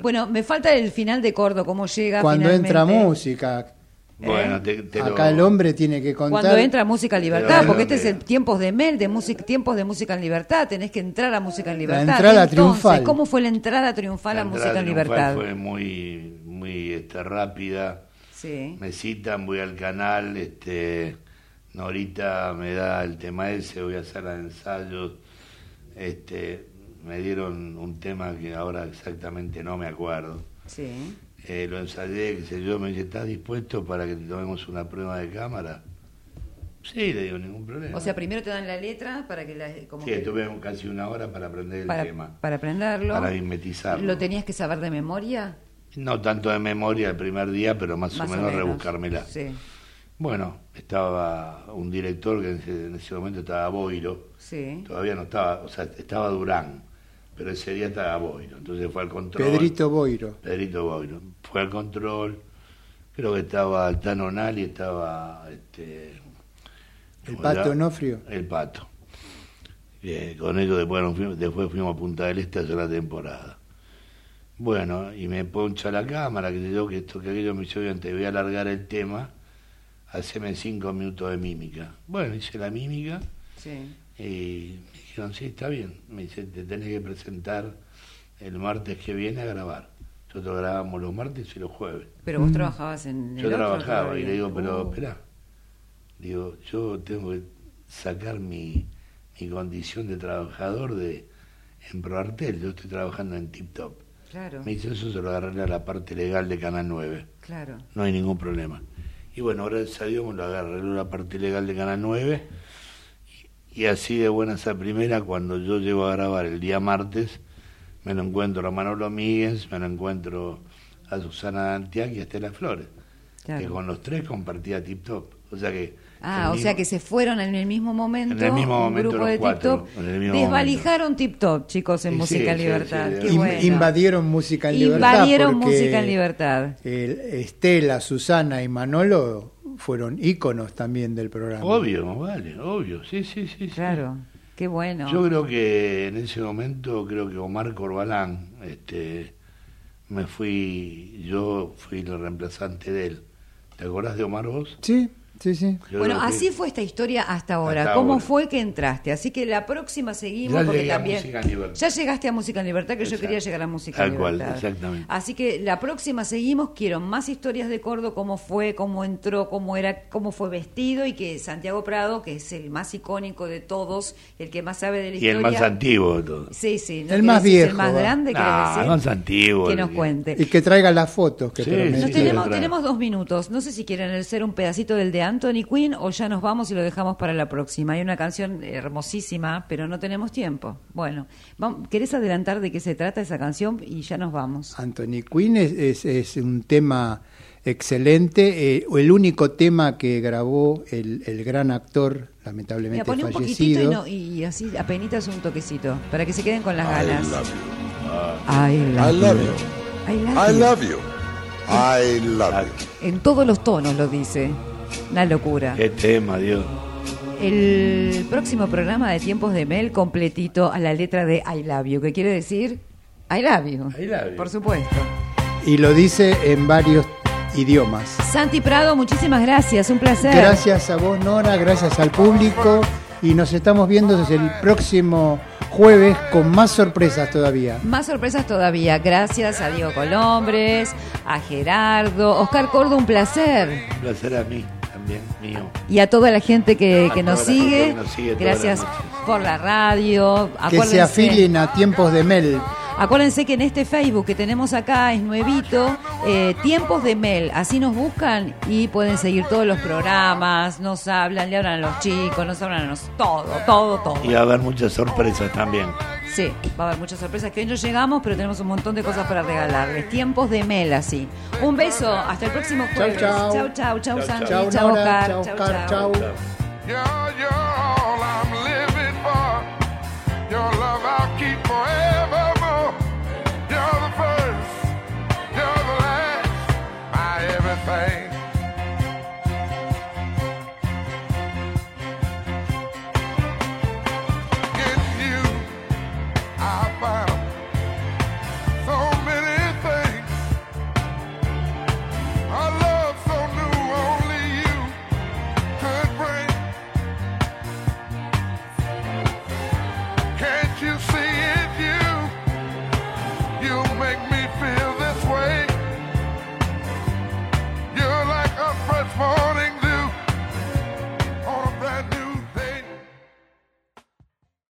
B: Bueno, me falta el final de Cordo, cómo llega
C: Cuando entra
B: finalmente.
C: música.
B: ¿Eh?
D: Bueno, Eh, te- te lo-
C: Acá el hombre tiene que contar.
B: Cuando entra Música en Libertad,
C: Pero-
B: porque este es el tiempos de Mel, de música, tiempos de Música en Libertad, tenés que entrar a Música en Libertad.
C: entrada
B: Entonces,
C: triunfal.
B: ¿cómo fue la entrada triunfal
D: La
B: a
D: entrada
B: Música en
D: triunfal
B: Libertad?
D: Fue muy, muy este, rápida.
B: Sí.
D: Me citan, voy al canal, este, Norita me da el tema ese, voy a hacer los ensayos. Este, me dieron un tema que ahora exactamente no me acuerdo.
B: Sí.
D: Eh, lo ensayé, qué sé yo, me dice, ¿estás dispuesto para que te tomemos una prueba de cámara? Sí, le digo, ningún problema.
B: O sea, primero te dan la letra para que la, como
D: Sí,
B: que-
D: estuve casi una hora para aprender el
B: para,
D: tema,
B: para aprenderlo.
D: para mimetizarlo.
B: ¿Lo tenías que saber de memoria?
D: No tanto de memoria el primer día, pero más,
B: Más
D: o
B: o
D: menos,
B: menos,
D: rebuscármela.
B: Sí,
D: Bueno, estaba un director que en ese, en ese momento estaba Boiro,
B: sí.
D: todavía no estaba, o sea, estaba Durán, pero ese día estaba Boiro, entonces fue al control.
C: Pedrito Boiro.
D: Pedrito Boiro. Fue al control, creo que estaba Tano Nali, estaba este,
C: El
D: ¿cómo se
C: pato
D: llama?
C: Onofrio.
D: El pato. Eh, con ellos después, nos fuimos, después fuimos a Punta del Este a hacer la temporada. Bueno, y me poncha la cámara, que yo que esto que aquello me dice, "Oigan, te voy a alargar el tema, haceme cinco minutos de mímica. Bueno, hice la mímica
B: Sí.
D: y me dijeron, sí, está bien. Me dice, te tenés que presentar el martes que viene a grabar. Nosotros grabamos los martes y los jueves.
B: Pero vos trabajabas en el
D: Yo
B: otro
D: trabajaba y
B: todavía.
D: le digo, pero
B: Uh,
D: espera, digo, yo tengo que sacar mi, mi condición de trabajador de en ProArtel, yo estoy trabajando en Tip Top.
B: Claro,
D: Me dice, eso se lo agarré a la parte legal de Canal 9,
B: claro.
D: no hay ningún problema. Y bueno, gracias a Dios me lo agarré a la parte legal de Canal 9 y así de buenas a primera, cuando yo llego a grabar el día martes, me lo encuentro a Manolo Míguez, me lo encuentro a Susana Dantiak y a Estela Flores que
B: claro.
D: con los tres compartía Tip Top. O sea que.
B: Ah,
D: el
B: o
D: mismo-
B: sea que se fueron en el mismo momento.
D: En el mismo
B: un
D: momento
B: grupo
D: los
B: de
D: cuatro,
B: Tip
D: en el
B: Top.
D: mismo
B: Desvalijaron Tip Top, chicos, en
D: Sí,
B: Música
D: sí,
B: en
D: sí,
B: Libertad.
D: sí,
B: Qué
C: In-
B: bueno.
C: Invadieron música en libertad.
B: Invadieron
C: porque
B: Música en Libertad.
C: el- Estela, Susana y Manolo fueron íconos también del programa.
D: Obvio, vale, obvio. Sí, sí, sí. sí.
B: Claro, qué bueno.
D: Yo creo que en ese momento, creo que Omar Corbalán, este, me fui, yo fui el reemplazante de él. ¿Te acordás de Omar vos?
C: Sí, sí, sí.
D: Yo
B: bueno,
D: creo que
B: así fue esta historia hasta ahora.
D: Hasta
B: ¿Cómo
D: ahora.
B: fue que entraste? Así que la próxima seguimos
D: Ya
B: porque
D: llegué a
B: también
D: Música en Libertad.
B: ya llegaste a Música en Libertad que yo
D: Exacto.
B: quería llegar a Música en
D: Tal cual,
B: Libertad.
D: exactamente.
B: Así que la próxima seguimos, quiero más historias de Cordo, cómo fue, cómo entró, cómo era, cómo fue vestido y que Santiago Prado, que es el más icónico de todos, el que más sabe de la
D: Y
B: historia.
D: el más antiguo de todos.
B: Sí, sí,
C: El
B: quiero
C: más
B: decir,
C: viejo,
B: el más
C: va.
B: grande, querés
D: Nah,
B: decir.
D: el más antiguo.
B: que
D: el
B: nos cuente.
C: Y que traiga las fotos que
D: Sí,
C: prometió.
B: Nos
D: sí,
B: tenemos,
D: claro.
B: tenemos dos minutos. No sé si quieren hacer un pedacito del de Anthony Quinn o ya nos vamos y lo dejamos para la próxima. Hay una canción hermosísima, pero no tenemos tiempo. Bueno, vam- ¿querés adelantar de qué se trata esa canción? Y ya nos vamos.
C: Anthony Quinn es, es- es un tema excelente, eh, el único tema que grabó el, el gran actor,
B: Mira,
C: lamentablemente
B: pone un poquitito y,
C: fallecido.
B: no- y así apenitas un toquecito, para que se queden con las ganas.
L: love you.
B: I love
L: I love
B: you.
L: you.
B: I love
L: I
B: you.
L: love you. I love you.
B: En todos los tonos lo dice. Una locura.
D: Qué tema, Dios.
B: El próximo programa de Tiempos de Mel completito a la letra de I love you, que quiere decir I love you. Por supuesto.
C: Y lo dice en varios idiomas.
B: Santi Prado, muchísimas gracias, un placer.
C: Gracias a vos, Nora, gracias al público. Y nos estamos viendo desde el próximo jueves con más sorpresas todavía.
B: Más sorpresas todavía. Gracias a Diego Colombres, a Gerardo, Oscar Cordo, un placer.
D: Un placer a mí también, mío.
B: Y a toda la gente que,
D: A
B: que nos
D: toda la gente
B: sigue.
D: que nos sigue todas
B: Gracias
D: las
B: por la radio.
C: Que
B: Acuérdense-
C: se afilien a tiempos de Mel.
B: Acuérdense que en este Facebook que tenemos acá es nuevito, eh, Tiempos de Mel, así nos buscan y pueden seguir todos los programas, nos hablan, le hablan a los chicos, nos hablan a nos, todo, todo, todo.
D: Y va a haber muchas sorpresas también.
B: Sí, va a haber muchas sorpresas que hoy no llegamos, pero tenemos un montón de cosas para regalarles. Tiempos de Mel, así. Un beso, hasta el próximo jueves.
C: chau.
B: chau, chau, chau,
C: Chau,
B: Santi,
C: chau,
B: chau,
C: Nora,
B: Oscar,
C: chau,
B: chau,
C: Oscar,
B: chau.
C: chau.